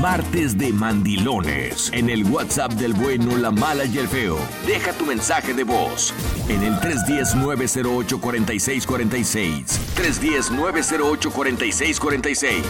S1: Martes de mandilones. En el WhatsApp del bueno, la mala y el feo. Deja tu mensaje de voz en el 310-908-4646. 310-908-4646.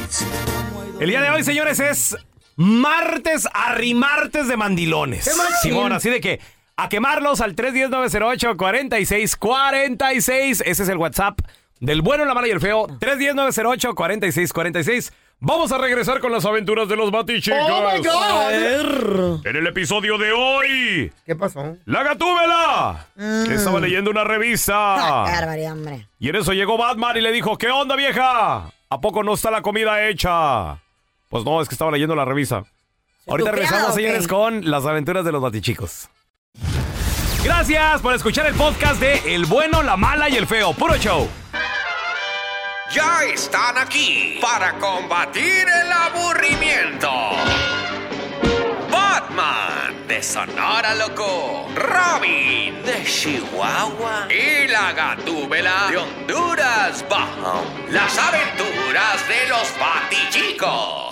S2: El día de hoy, señores, es martes arrimartes de mandilones.
S1: ¡Qué machín!
S2: Simón, así de que a quemarlos al 310-908-4646. Ese es el WhatsApp del bueno, la mala y el feo. 310-908-4646. Vamos a regresar con las aventuras de los batichicas.
S4: ¡Oh, my God! A
S2: En el episodio de hoy,
S4: ¿Qué pasó?
S2: ¡La Gatúbela!
S4: Mm.
S2: Estaba leyendo una
S4: Ah,
S2: revista.
S5: Ah, hombre.
S2: Y en eso llegó Batman y le dijo, ¿qué onda vieja? ¿A poco no está la comida hecha? Pues no, es que estaba leyendo la revista. Ahorita
S11: ¿Estupeada
S2: regresamos,
S11: o qué?
S2: señores, con las aventuras de los batichicos. Gracias por escuchar el podcast de El Bueno, la Mala y el Feo. Puro show.
S17: Ya están aquí para combatir el aburrimiento. Batman de Sonora Loco, Robin de Chihuahua y la Gatúbela de Honduras Bajo. Las aventuras de los patichicos.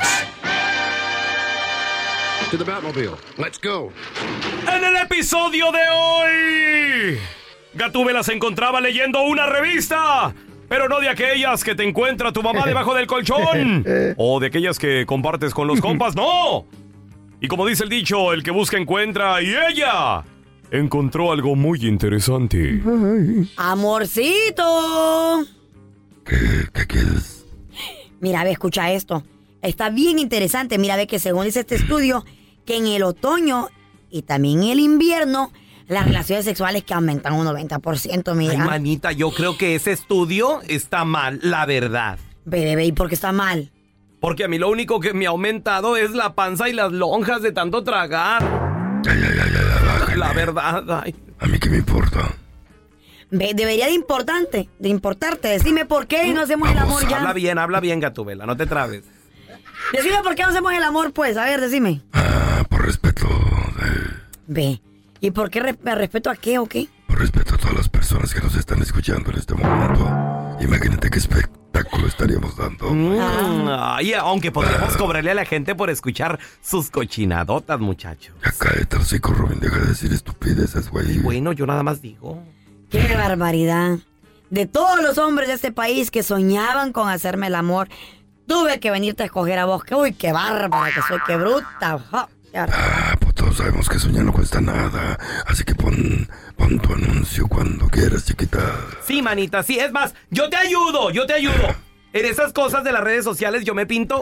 S18: To the Batmobile. Let's go.
S2: En el episodio de hoy, Gatúbela se encontraba leyendo una revista, pero no de aquellas que te encuentra tu mamá debajo del colchón o de aquellas que compartes con los compas, no. Y como dice el dicho, el que busca encuentra y ella encontró algo muy interesante.
S5: Amorcito. Mira, ve, escucha esto. Está bien interesante. Mira, ve que según dice este estudio, que en el otoño y también en el invierno, las relaciones sexuales que aumentan un 90%, mira.
S11: manita, yo creo que ese estudio está mal, la verdad.
S5: Bebé, ¿y por qué está mal?
S2: Porque a mí lo único que me ha aumentado es la panza y las lonjas de tanto tragar. La verdad, ay.
S5: Ve, debería de importante, de importarte. Decime por qué no hacemos el amor ya.
S11: Habla bien, habla bien, Gatubela, no te trabes.
S5: Decime por qué no hacemos el amor, pues. A ver, decime.
S19: Ah, eh,
S5: Ve. ¿Y por qué re- respeto a qué o qué?
S19: Respeto a todas las personas que nos están escuchando en este momento. Imagínate qué espectáculo estaríamos dando.
S11: Mm, ay, aunque podríamos cobrarle a la gente por escuchar sus cochinadotas, muchachos.
S19: Cállate, hocico, Robin, deja de decir estupideces, güey.
S11: Bueno, yo nada más digo.
S5: Qué barbaridad. De todos los hombres de este país que soñaban con hacerme el amor, tuve que venirte a escoger a vos. Que, uy, qué bárbara que soy, qué bruta. Ja, qué bárbara.
S19: Pues todos sabemos que soñar no cuesta nada. Así que pon, pon tu anuncio cuando quieras, chiquita.
S11: Sí, manita, sí. Es más, yo te ayudo, yo te ayudo. En esas cosas de las redes sociales yo me pinto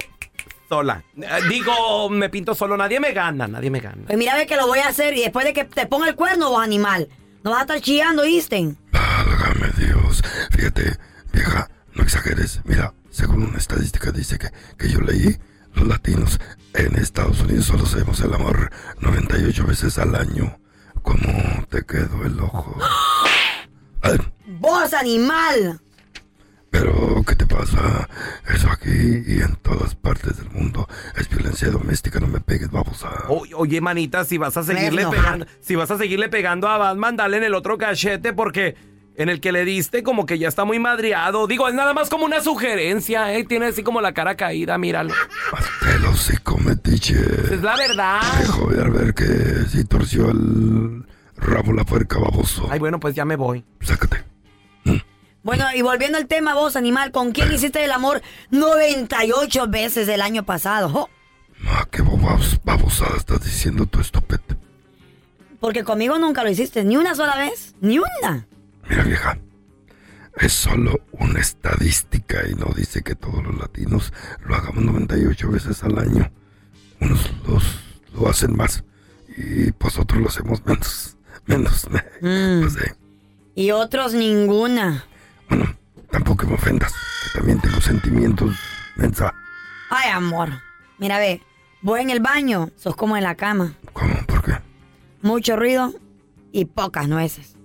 S11: sola. Eh, Digo, me pinto solo, nadie me gana, nadie me gana.
S5: Pues mira, ve que lo voy a hacer y después de que te ponga el cuerno, vos animal, no vas a estar chillando, ¿viste?
S19: Válgame Dios. Fíjate, vieja, no exageres. Mira, según una estadística dice que, que yo leí, los latinos en Estados Unidos solo hacemos el amor 98 veces al año. ¿Cómo te quedó el ojo? Ay,
S5: Vos, animal.
S19: pero, ¿qué te pasa? Eso aquí y en todas partes del mundo es violencia doméstica. No me pegues, vamos a...
S11: O- oye, manita, si vas a seguirle
S19: enojar.
S11: pegando, si vas a seguirle pegando a Batman, dale en el otro cachete porque en el que le diste como que ya está muy madreado. Digo, es nada más como una sugerencia, ¿eh? Tiene así como la cara caída, míralo.
S19: Te lo sé, cometiche.
S11: Es la verdad.
S19: Joder, a ver que si torció el, rabo la puerca, baboso.
S2: Ay, bueno, pues ya me voy.
S19: Sácate.
S5: Bueno, y volviendo al tema, vos, animal, ¿con quién hiciste el amor 98 veces el año pasado? Jo,
S19: Qué bobas, babosada estás diciendo tú, estopete.
S5: porque conmigo nunca lo hiciste, ni una sola vez, ni una.
S19: Mira, vieja, es solo una estadística y no dice que todos los latinos lo hagamos 98 veces al año. Unos los, lo hacen más y pues otros lo hacemos menos. Menos. Pues, eh,
S5: Mm. Y otros ninguna.
S19: tampoco me ofendas, que también tengo sentimientos, mensa.
S5: Ay, amor. Mira, ve, vos en el baño sos como en la cama. ¿Cómo? ¿Por qué? Mucho ruido y pocas nueces.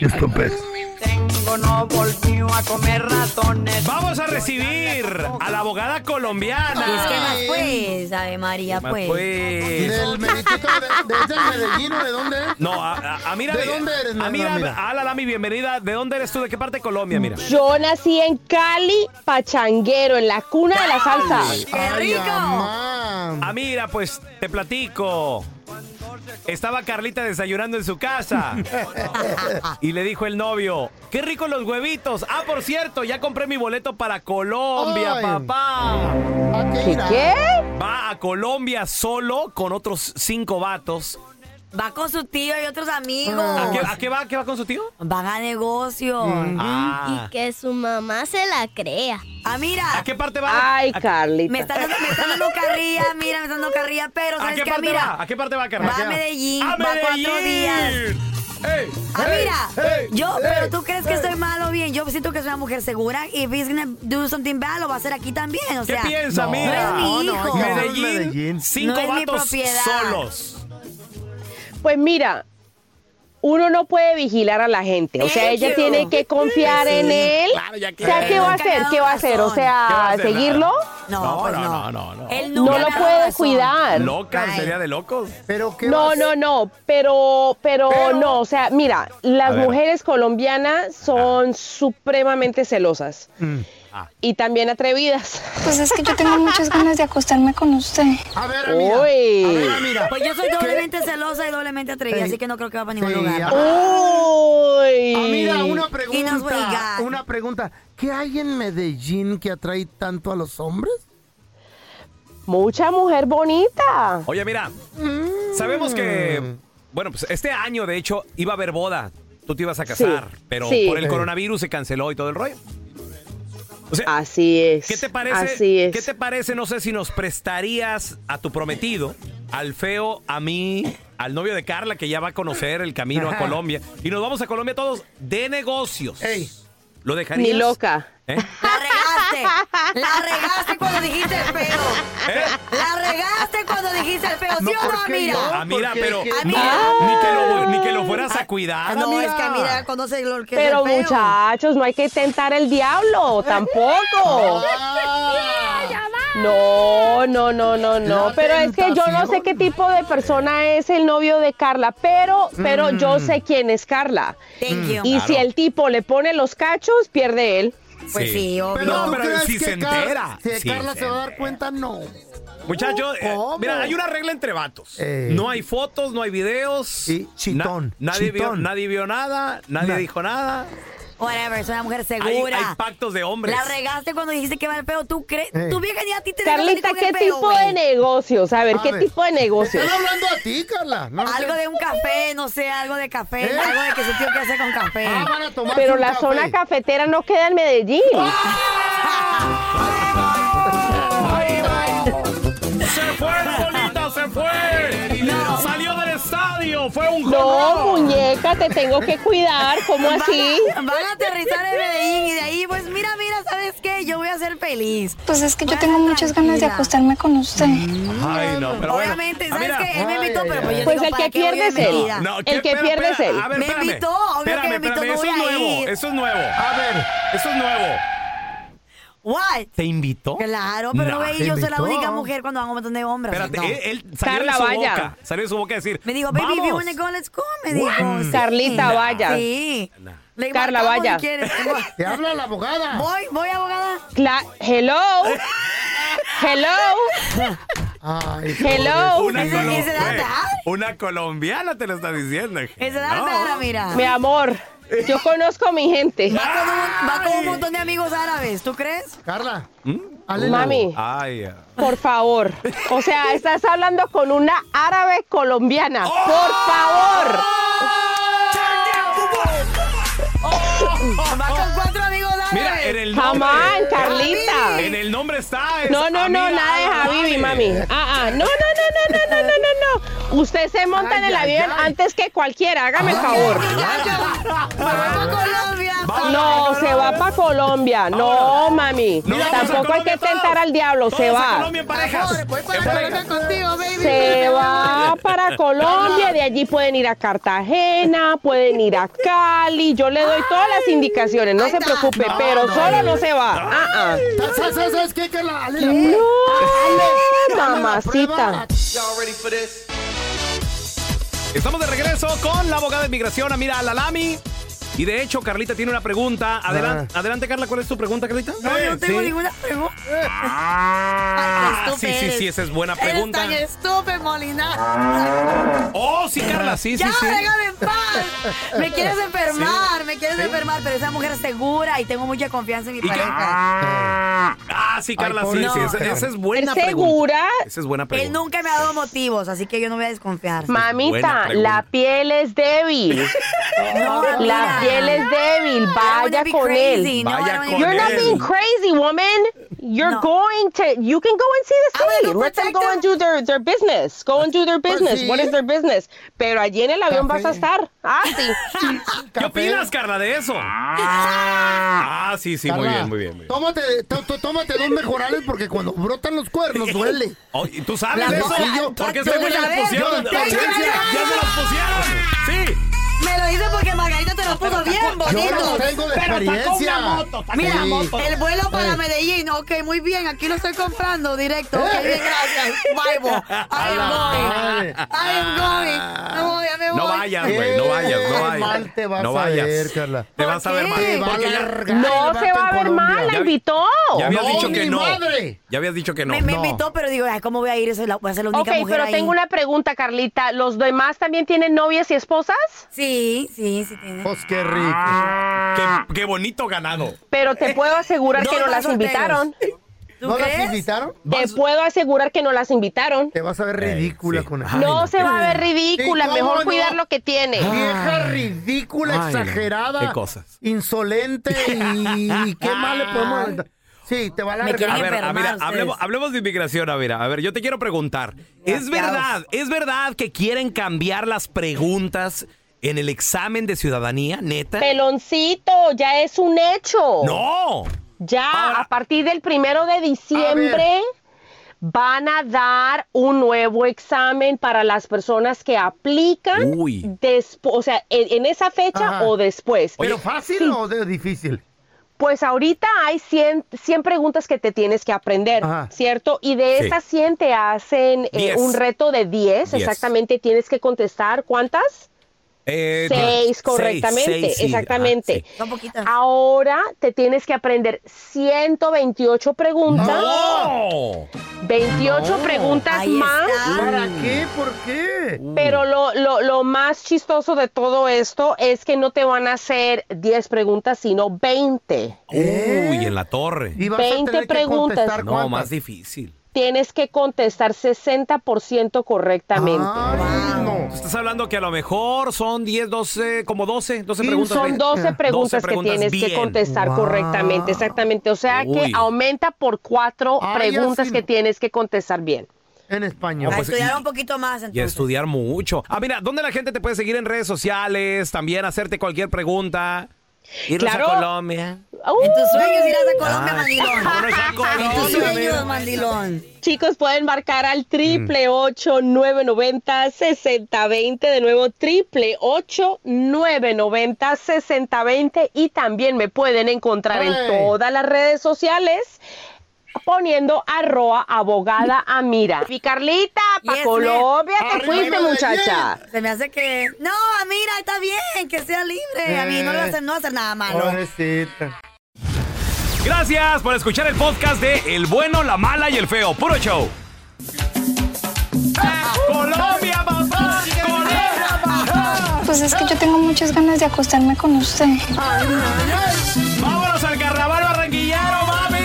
S19: Estopete.
S2: Tengo, no volvió a comer ratones. Vamos a recibir a la abogada colombiana.
S5: Y es que más pues, Ave María,
S2: Más
S5: pues.
S2: pues. Del
S5: meritito
S4: de, Medellín o de dónde es?
S2: No, a, a, a mira,
S4: ¿De dónde eres,
S2: a
S4: Nana?
S2: mira,
S4: Mira.
S2: Alalami, bienvenida. ¿De dónde eres tú? ¿De qué parte de Colombia? Mira.
S20: Yo nací en Cali, pachanguero, en la cuna de la salsa.
S2: Ah, mira, pues te platico. Estaba Carlita desayunando en su casa. y le dijo el novio, qué rico los huevitos. Ah, por cierto, ya compré mi boleto para Colombia,
S17: Ay.
S5: Ah.
S2: papá.
S17: qué irá? ¿Qué?
S2: Va a Colombia solo con otros cinco vatos.
S5: Va con su tío y otros amigos.
S2: ¿A, qué, a qué va? ¿A qué va con su tío?
S5: Van a negocios.
S2: Mm. Ah.
S7: Y que su mamá se la crea.
S5: Ah, mira.
S2: ¿A qué parte
S7: va?
S20: Ay, Carlita.
S5: Me están dando, me están dando carrilla, mira, me están dando carrilla, pero
S2: Eh, ¿A
S5: ¿sabes
S2: qué
S5: qué?
S2: parte
S5: mira,
S2: va? ¿A qué parte va, Carla?
S5: va a Medellín,
S2: ¡A
S5: va cuatro
S2: Medellín!
S5: días.
S2: ¡Ey!
S5: Ah,
S2: ¡Ey!
S5: mira,
S2: ¡Ey!
S5: yo,
S2: ¡Ey!
S5: pero tú crees que
S2: ¡Ey!
S5: estoy mal o bien. Yo siento que soy una mujer segura. If he's gonna do something bad, lo va a hacer aquí también. O
S2: ¿Qué
S5: sea,
S2: piensa,
S5: no,
S2: mira?
S5: No es mi hijo.
S2: Medellín,
S4: Medellín.
S2: cinco
S5: No es mi
S2: vatos
S5: propiedad.
S2: solos.
S20: Pues mira, uno no puede vigilar a la gente. O sea,
S7: Thank
S20: ella
S7: you.
S20: tiene que confiar
S7: Sí,
S20: en él.
S7: claro, ya
S20: o sea,
S7: que-
S20: ¿qué va a
S7: Nunca le
S20: hacer?
S7: ha
S20: ¿Qué
S7: dado
S20: va a hacer? O
S7: razón.
S2: ¿Qué va a
S20: sea,
S2: hacer?
S20: ¿seguirlo?
S2: No,
S4: pues
S2: no, no, no, no.
S5: Él
S20: nunca pues No lo le ha dado puede razón. cuidar.
S2: Loca, sería de locos.
S4: Pero
S20: No, no, no, pero, pero, no, o sea, mira,
S2: A
S20: las
S2: ver. Ah.
S20: mujeres colombianas son supremamente celosas
S2: Ah.
S20: y también atrevidas.
S21: Pues es que yo tengo muchas ganas de acostarme con usted.
S4: A ver,
S20: amiga. Uy. A ver,
S4: amiga.
S5: Pues yo soy doblemente celosa y doblemente atrevida, así que no creo que va para ningún
S4: Sí,
S5: lugar.
S20: Uy.
S4: Amiga, Ah, una
S5: Y nos voy a
S4: pregunta. Una pregunta. ¿Qué hay en Medellín que atrae tanto a los hombres?
S20: Mucha mujer bonita.
S2: Oye, mira,
S20: Mm.
S2: sabemos que, bueno, pues este año, de hecho, iba a haber boda. Tú te ibas a casar,
S20: Sí,
S2: pero
S20: sí.
S2: por el
S20: Sí.
S2: coronavirus se canceló y todo el rollo.
S20: así es.
S2: ¿Qué te parece?
S20: Así es.
S2: ¿Qué te parece? No sé si nos prestarías a tu prometido, al feo, a mí, al novio de Carla, que ya va a conocer el camino a
S20: Ajá.
S2: Colombia. Y nos vamos a Colombia todos de negocios. ¿Lo dejarías?
S20: Ni loca.
S2: ¿Eh?
S5: La regaste. La regaste cuando dijiste el feo. La regaste cuando dijiste el feo. ¿Sí o no, Amira?
S2: Ah, mira, pero
S5: Porque-
S2: no,
S5: Amira.
S2: ni, que lo, ni que lo fueras
S20: Ah,
S2: a cuidar.
S5: Ah, No,
S2: Amira.
S5: es
S4: Ah,
S5: que Amira conoce lo que
S20: Pero
S5: es el feo.
S20: muchachos, no hay que tentar el diablo, tampoco. No, no, no, no, no. Pero es que yo no sé qué tipo de persona es el novio de Carla, pero, pero yo sé quién es Carla.
S5: Thank you.
S20: Y
S5: Claro.
S20: si el tipo le pone los cachos, pierde él.
S2: Pues Sí. sí, obvio.
S4: Pero,
S2: No,
S4: ¿tú
S2: pero
S4: crees
S2: si
S4: que
S2: se
S4: Car-
S2: entera.
S4: Si
S2: Sí,
S4: Carla
S2: se
S4: se va a dar cuenta, no.
S2: Muchachos, eh,
S4: ¿Cómo?
S2: mira, hay una regla entre vatos.
S4: Eh.
S2: No hay fotos, no hay videos. Y
S4: chitón,
S2: nadie, Vio,
S4: chitón.
S2: nadie vio nada, nadie
S4: Na-
S2: dijo nada.
S5: Whatever, soy una mujer
S2: Hay,
S5: segura.
S2: hay pactos de hombres.
S5: La regaste cuando dijiste que va el feo. ¿Tú crees?
S2: Eh.
S5: ¿Tú vieja ni a ti te
S20: Carlita, ¿qué tipo de negocios? A ver,
S5: A
S20: ¿qué
S5: ver.
S20: tipo de negocios?
S5: Están
S4: hablando a ti, Carla.
S5: algo de un café, no sé, algo de café,
S20: ¿Eh?
S5: algo de que se tiene que hacer con café.
S20: Pero la zona cafetera no queda en Medellín.
S2: ¡Se fue, bolita, se fue! ¡Salió del estadio! ¡Fue un
S20: No,
S2: jonrón.
S20: muñeca, te tengo que cuidar. ¿Cómo
S5: Van a-
S20: así?
S5: Van a aterrizar en Medellín y de ahí, pues mira, mira, ¿sabes qué? Yo voy a ser feliz.
S21: Pues es que yo tengo muchas ganas de
S5: tranquila.
S21: acostarme con usted.
S2: Ay, no, pero bueno. ah,
S5: Obviamente, ¿sabes qué? Él me invitó, pero pues yo
S20: Pues
S5: digo,
S20: el
S5: ¿para
S20: que
S5: qué voy a
S20: pierde es él.
S5: mentira?
S2: No,
S20: el que
S2: espera,
S20: pierde es
S2: espera,
S20: él.
S2: a ver,
S5: Me
S2: espérame.
S5: invitó, obvio que
S2: Espérame,
S5: me invitó,
S2: espérame,
S5: no
S2: eso es
S5: voy a
S2: nuevo,
S5: ir.
S2: eso es nuevo. A ver, eso es nuevo.
S5: What?
S2: ¿Te invitó?
S5: Claro, pero
S2: Nah.
S5: no veí,
S2: Te
S5: yo soy la
S2: invitó.
S5: única mujer cuando van un montón de hombres.
S2: Espérate,
S5: no.
S2: él, él salió de su boca. Salió de su boca a decir.
S5: Me dijo, baby, if you
S2: "Vamos".
S5: wanna go, let's go. Me dijo,
S2: What?
S5: sí.
S20: Carlita, vaya.
S5: Sí. Le
S20: Carla,
S5: marcamos si
S20: vaya.
S5: quieres.
S4: Te habla la abogada.
S5: Voy, voy, abogada.
S20: Cla- Hello. Hello. Hello.
S2: Una,
S20: ¿Esa-
S2: colo-
S20: esa edad
S2: güey,
S20: da?
S2: una colombiana te lo está diciendo.
S5: Esa edad
S2: No.
S5: da, mira.
S20: Mi amor, yo conozco a mi gente.
S5: Va con, un, va con un montón de amigos árabes, ¿tú crees?
S4: Carla.
S20: Ale- Mami.
S2: ¿Mm? Ay, ah.
S20: Por favor. O sea, estás hablando con una árabe colombiana.
S5: ¡Oh!
S20: Por favor.
S5: Va con cuatro amigos árabes.
S2: Mira, en el
S20: Come
S2: nombre.
S20: on, Carlita.
S2: En el nombre está. es
S20: No, no, no,
S2: Amira
S20: nada de Habibi,
S2: Al-Arabi.
S20: mami. Ah, ah, no, no, no, no, no, no, no, no, no. Usted se monta en el avión antes que cualquiera, hágame el favor. No, se va para Colombia. No, mami. Tampoco hay que tentar al diablo, se va.
S5: pues,
S20: Se va para Colombia, de allí pueden ir a Cartagena, pueden ir a Cali. Yo le doy todas las indicaciones, no se preocupe, pero solo no se va. Ah, ah.
S4: ¿Sabes, sabes- sabes qué, Carla? Ale, la-
S20: No,
S4: Ale, la-
S20: mamacita.
S2: Estamos de regreso con la abogada de inmigración, Amira Alalami. Y de hecho, Carlita tiene una pregunta. Adelante,
S4: Ah.
S2: adelante Carla, ¿cuál es tu pregunta, Carlita?
S5: No, yo no tengo
S2: Sí.
S5: ninguna pregunta.
S2: Ah,
S5: Estúpido
S2: sí, sí,
S5: eres.
S2: sí, esa es buena
S5: Eres
S2: pregunta.
S5: tan estúpido, Molina.
S2: Ah. Oh, sí, Carla, sí, sí,
S5: ya,
S2: sí.
S5: déjame en paz. Me quieres enfermar,
S2: Sí.
S5: me quieres
S2: Sí.
S5: enfermar, pero esa mujer es segura y tengo mucha confianza en mi
S2: ¿Y qué?
S5: pareja.
S2: Ah, sí, Carla, sí, sí, esa, esa es buena
S5: ¿Es
S2: pregunta.
S5: segura?
S2: Esa es buena
S5: Él
S2: pregunta.
S5: nunca me ha dado motivos, así que yo no voy a desconfiar.
S20: Mamita, la piel es débil.
S5: No,
S20: la
S5: mira.
S20: piel es débil. Vaya
S5: be
S20: con
S5: crazy.
S20: él.
S5: No, I Vaya wanna be con
S20: You're not
S5: él.
S20: being crazy, woman. You're going to. You can go and see the city. Let them go and do their, their business. Go and do their
S2: Pues
S20: business.
S2: sí.
S20: What is their business? Pero allí en el avión vas a estar. Ah, sí.
S2: ¿Qué opinas, Carla, de eso? Ah, sí, sí, muy
S4: Carla,
S2: bien, muy bien. muy bien.
S4: Tómate, tó- tó- tómate dos mejorales porque cuando brotan los cuernos duele.
S2: Oh, ¿y ¿Tú sabes
S4: La
S2: de eso?
S4: boca- la-
S2: ¿Por qué
S4: yo
S2: se me
S4: la
S2: las
S4: veo,
S2: pusieron?
S4: yo
S2: ¿Ya
S4: la
S2: se
S4: veo.
S2: las pusieron? Sí.
S5: Me lo hice porque Margarita te lo puso bien
S4: yo
S5: bonito.
S4: lo tengo de
S5: Pero sacó
S4: experiencia.
S5: una moto, sacó Mira,
S4: Sí.
S5: el vuelo para
S4: Eh.
S5: Medellín. Ok, muy bien. Aquí lo estoy comprando directo. Ok, bien, gracias. Bye, bo. I am going. I am going. No, ya me voy.
S2: No vayas, güey, no vayas, no vayas.
S4: mal te vas
S2: no
S4: a
S2: vayas.
S4: ver, Carla.
S2: Te vas a ver mal.
S4: Te va
S2: Porque
S4: a
S2: ya-
S4: largar
S20: No
S4: el
S20: se
S4: vato
S20: va a
S4: en
S20: ver mal. La
S2: Ya-
S20: invitó.
S2: Ya habías
S4: No,
S2: dicho que
S4: mi
S2: no.
S4: madre.
S2: Ya habías dicho que no.
S5: Me, me
S2: No.
S5: invitó, pero digo, ay, ¿cómo voy a ir? Soy la- voy a ser la única
S20: Ok,
S5: mujer
S20: pero
S5: ahí.
S20: tengo una pregunta, Carlita. ¿Los demás también tienen novias y esposas?
S5: Sí, sí, sí tienen.
S4: Pues qué rico.
S2: Qué, qué bonito ganado.
S20: Pero
S4: Eh,
S20: te puedo asegurar
S5: No,
S20: que no
S5: van
S20: las
S5: solteros.
S20: invitaron.
S5: ¿Tú ¿No las crees?
S4: invitaron?
S20: Te puedo asegurar que no las invitaron.
S4: Te vas a ver ridícula con eso.
S20: No se va a ver ridícula,
S4: Sí, ¿cómo
S20: mejor
S4: no? Ah.
S20: cuidar lo que tiene.
S4: Vieja ridícula,
S2: Ay, no.
S4: exagerada.
S2: Qué cosas.
S4: Insolente y qué mal le podemos mandar. Sí, te va a
S2: A
S4: la
S2: ver, a ver, hablemos, hablemos de inmigración, a ver, a ver, yo te quiero preguntar. ¿Es verdad, es verdad que quieren cambiar las preguntas en el examen de ciudadanía, neta?
S20: Peloncito, ya es un hecho.
S2: ¡No!
S20: Ya, a partir del primero de diciembre van a dar un nuevo examen para las personas que aplican,
S4: Uy.
S20: despo- o sea, en, en esa fecha
S4: Ajá.
S20: o después.
S4: ¿Pero fácil o de- difícil?
S20: Pues ahorita hay 100, 100 preguntas que te tienes que aprender, ¿cierto? Y de
S4: Sí.
S20: esas 100 te hacen eh,
S2: Diez.
S20: un reto de 10,
S2: Diez.
S20: exactamente tienes que contestar cuántas?
S2: Eh,
S20: Seis,
S2: seis,
S20: correctamente,
S2: seis, sí,
S20: exactamente. Ahora te tienes que aprender 128 preguntas.
S2: ¡No!
S20: 28
S4: No.
S20: preguntas
S4: Ahí
S20: más. Uh. Mm.
S4: está. ¿Para qué? ¿Por qué?
S20: Pero lo, lo- lo más chistoso de todo esto es que no te van a hacer 10 preguntas, sino 20.
S2: Uy, en la torre.
S20: Y vas a 20 tener que preguntas. contestar
S2: No,
S20: cuántas.
S2: más difícil.
S20: Tienes que contestar 60% correctamente.
S2: Tú Estás hablando que a lo mejor son 10, 12, como 12, 12
S20: Sí,
S2: preguntas.
S20: Son 12 preguntas, que tienes que
S2: bien.
S20: contestar
S2: Ah.
S20: correctamente, exactamente. O sea
S2: Uy.
S20: que aumenta por cuatro
S5: Ah, ya
S20: preguntas
S5: sí.
S20: que tienes que contestar bien.
S4: En español.
S5: A
S2: pues,
S5: estudiar
S2: y-
S5: un poquito más,
S2: Y
S5: entonces.
S2: estudiar mucho. Ah, mira, ¿dónde la gente te puede seguir en redes sociales? También hacerte cualquier pregunta. Irnos
S5: Claro.
S2: a Colombia.
S5: En tus sueños irás
S2: Ah,
S5: a Colombia,
S2: Ay,
S5: mandilón.
S2: vámonos a
S5: En tus
S2: Colombia, mira.
S5: sueños, mandilón.
S20: Chicos, pueden marcar al triple ocho nueve noventa sesenta veinte de nuevo triple ocho nueve noventa sesenta veinte y también me pueden encontrar en
S5: Hey.
S20: todas las redes sociales poniendo arroba abogada Amira. Y Carlita, pa
S5: Yes,
S20: Colombia
S5: ma'am.
S20: te fuiste muchacha.
S5: Se me hace que. No, mira, está bien, que sea libre. A mí no le va a hacer, no va a hacer nada
S4: Ah,
S5: malo.
S4: Pobrecita.
S2: Gracias por escuchar el podcast de El Bueno, la Mala y el Feo. Puro show. Colombia, papá.
S21: Pues es que yo tengo muchas ganas de acostarme con usted.
S2: Vámonos al carnaval barranquillero, mami.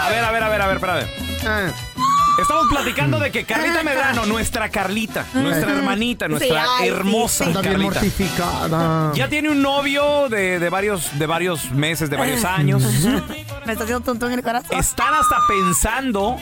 S2: A ver, a ver, a ver, a ver, espérame.
S5: Ah.
S2: Estamos platicando de que Carlita Medrano, nuestra Carlita,
S5: Ah.
S2: nuestra
S4: Ujú.
S2: hermanita,
S4: Sí,
S2: nuestra
S4: ay, sí,
S2: hermosa
S4: sí. Está bien
S2: Carlita.
S4: mortificada.
S2: Ya tiene un novio de, de varios, de varios meses, de varios
S5: Ah.
S2: años.
S5: Me está haciendo tontón en el corazón.
S2: Están hasta pensando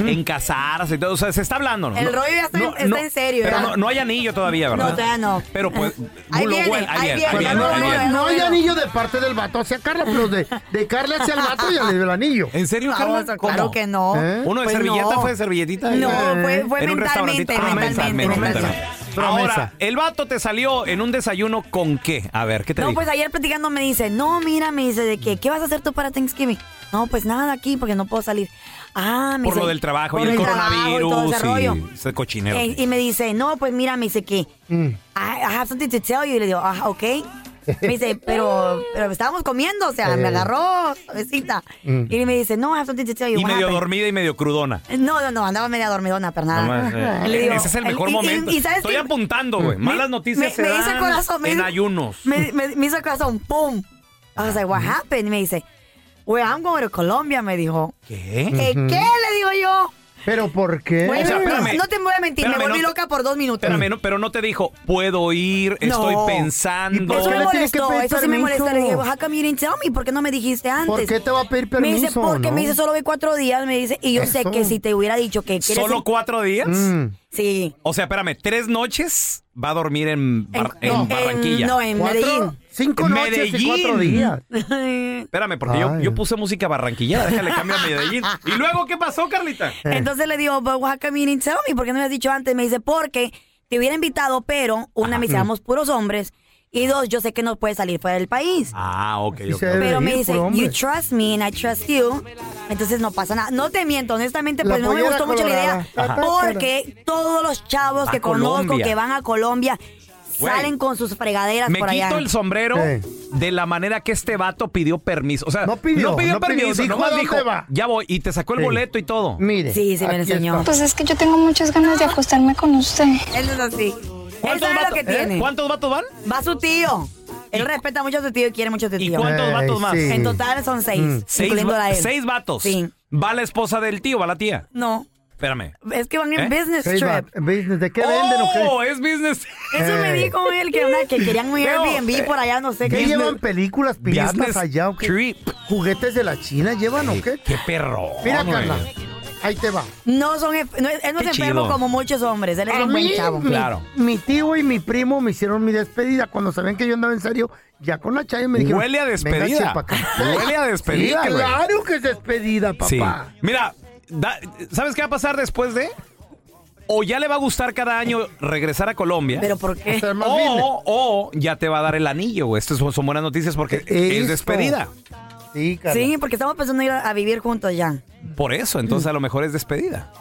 S2: en casarse y todo. O sea, se está hablando. ¿no?
S5: El rollo ya está,
S2: No,
S5: está
S2: no,
S5: en serio,
S2: Pero
S5: ¿verdad?
S2: no, no hay anillo todavía, ¿verdad?
S5: No, todavía no.
S2: Pero pues,
S5: Ahí
S2: lo
S5: viene,
S2: bueno,
S5: ahí
S2: ahí
S4: Pero
S2: viene,
S4: no,
S2: ahí
S4: no,
S2: viene.
S4: no hay anillo de parte del vato hacia Carla, pero de, de Carla hacia el vato ya le dio el anillo.
S2: ¿En serio,
S5: Ah,
S2: Carla?
S5: o sea,
S2: ¿Cómo?
S5: claro que no.
S2: ¿Eh? ¿Uno de
S5: Pues
S2: servilleta
S5: no.
S2: fue de servilletita?
S5: No,
S2: Eh.
S5: fue- fue
S2: En un
S5: mentalmente,
S2: restaurantito. Ah,
S5: mentalmente,
S2: mentalmente. Ahora, el vato te salió en un desayuno con qué? A ver, ¿qué te
S5: No,
S2: dijo?
S5: pues ayer platicando me dice, no, mira, me dice, ¿de qué? ¿Qué vas a hacer tú para Thanksgiving? No, pues nada aquí porque no puedo salir. Ah, me
S2: Por
S5: dice,
S2: lo del trabajo y
S5: por
S2: el
S5: trabajo y todo
S2: coronavirus
S5: ese rollo.
S2: y ese cochinero.
S5: Eh, y me dice, no, pues mira, me dice que
S2: Mm.
S5: I, I have something to tell you. Y le digo, ah, ok. Me dice, pero, pero estábamos comiendo, o sea,
S2: Eh.
S5: me agarró suavecita.
S2: Mm.
S5: Y me dice, no, I have something to tell you.
S2: Y
S5: What
S2: medio
S5: happened?
S2: dormida y medio crudona.
S5: No, no, no, andaba media dormidona, pero nada.
S2: No más, eh.
S5: Y le digo,
S2: Ese es el mejor
S5: y- y-
S2: momento.
S5: y ¿sabes
S2: Estoy
S5: qué?
S2: apuntando, güey.
S5: Me-
S2: Malas noticias se
S5: me, me hizo
S2: dan
S5: el corazón, me
S2: en
S5: hizo-
S2: ayunos.
S5: Me, me- me hizo el corazón, ¡pum! I was like, what happened? Y me dice, well, I'm going to Colombia, me dijo.
S2: ¿Qué?
S5: ¿Qué,
S4: Ujú.
S5: qué? Le digo yo.
S4: ¿Pero por qué?
S5: Bueno, no,
S2: espérame.
S5: no te voy a mentir,
S2: Espérame,
S5: me volví
S2: no te-
S5: loca por dos minutos.
S4: Mm.
S2: Espérame, no, pero no te dijo, puedo ir, estoy
S5: No.
S2: pensando.
S5: Eso me molestó,
S4: pedir
S5: eso sí me molestó. Le dije,
S4: permiso?
S5: well, how come you didn't tell me? ¿Por qué no me dijiste antes?
S4: ¿Por qué te va a pedir
S5: Me dice,
S4: permiso,
S5: porque
S4: no?
S5: me dice, solo ve cuatro días, me dice, y yo sé
S2: Eso.
S5: que si te hubiera dicho que quieres...
S2: ¿Solo
S5: ir-
S2: cuatro días?
S4: Mm.
S5: Sí.
S2: O sea, espérame, tres noches va a dormir en, Bar- en
S5: no, en-
S2: Barranquilla.
S5: no, en ¿Cuatro? Medellín.
S4: Cinco noches y cuatro días.
S2: Espérame, porque yo, yo puse música barranquillera, déjale cambio a Medellín. ¿Y luego qué pasó, Carlita?
S4: Eh.
S5: Entonces le digo, but what come you didn't tell me? ¿Por qué no me has dicho antes? Me dice, porque te hubiera invitado, pero una, me dice,
S2: Mm.
S5: vamos puros hombres. Y dos, yo sé que no puedes salir fuera del país.
S2: Ah, ok, ok.
S5: Pero
S2: ok.
S5: me dice, you trust me and I trust you. Entonces no pasa nada. No te miento, honestamente,
S4: La
S5: pues no me
S4: pollera
S5: gustó mucho la idea.
S4: colorada. Ajá.
S5: Porque todos los chavos
S2: Va
S5: que
S2: a
S5: conozco
S2: Colombia.
S5: que van a Colombia
S2: Güey,
S5: salen con sus fregaderas
S2: Me
S5: por allá.
S2: quito el sombrero de la manera que este vato pidió permiso. O sea, no
S4: pidió,
S2: pidió
S4: no pidió,
S2: permiso,
S4: dijo,
S2: nomás
S4: "¿A
S2: dijo,
S4: dónde va?"
S2: ya voy, y te sacó el
S4: Sí.
S2: boleto y todo.
S4: Mire.
S5: Sí, sí me lo
S4: aquí
S5: enseñó.
S4: está.
S21: Pues es que yo tengo muchas ganas de acostarme con usted.
S5: Él es así. Él
S2: ¿Cuántos
S5: sabe lo
S2: vatos-
S5: que
S2: eh?
S5: tiene.
S2: ¿Cuántos vatos van?
S5: Va su tío. Él respeta mucho a su tío y quiere mucho a su tío.
S2: cuántos Ey, vatos más? sí.
S5: En total son seis,
S2: Mm. Seis,
S5: incluyendo
S2: va-
S5: a él.
S2: seis vatos.
S5: Sí.
S2: ¿Va la esposa del tío, va la tía?
S5: No,
S2: Espérame.
S5: es que van en
S2: ¿Eh?
S5: business
S2: Seis
S5: trip.
S2: vatos.
S4: Business, ¿De qué
S2: ¡Oh!
S4: venden o qué?
S2: es business. eh,
S5: Eso me dijo él, que, una- que querían un
S4: Pero,
S5: Airbnb por allá, no sé
S4: ¿Qué
S5: qué.
S4: llevan películas piratas
S2: business
S4: allá o qué? ¿Juguetes de la China llevan o qué?
S2: ¡Qué perro!
S4: Mira,
S2: güey.
S4: Carla, ahí te va.
S5: No son, enf- no, él no
S4: Qué
S5: es enfermo
S4: chido.
S5: como muchos hombres, él es
S4: A
S5: un buen
S4: mí,
S5: chavo.
S4: Mi, mi tío y mi primo me hicieron mi despedida cuando sabían que yo andaba en serio. Ya con la chaya me dijeron.
S2: Huele a despedida.
S4: "Véngase pa' acá".
S2: Huele a despedida,
S4: Sí,
S2: güey.
S4: claro que es despedida,
S2: Sí.
S4: papá.
S2: Mira, da- ¿sabes qué va a pasar después de? O ya le va a gustar cada año regresar a Colombia.
S5: ¿Pero por qué?
S4: Hacer más business.
S2: O, o ya te va a dar el anillo. güey. Estas son, son buenas noticias porque es
S4: Eso.
S2: despedida.
S4: Eh, Sí,
S5: Sí, porque estamos pensando en ir a, a vivir juntos ya.
S2: Por eso, entonces a lo mejor es despedida.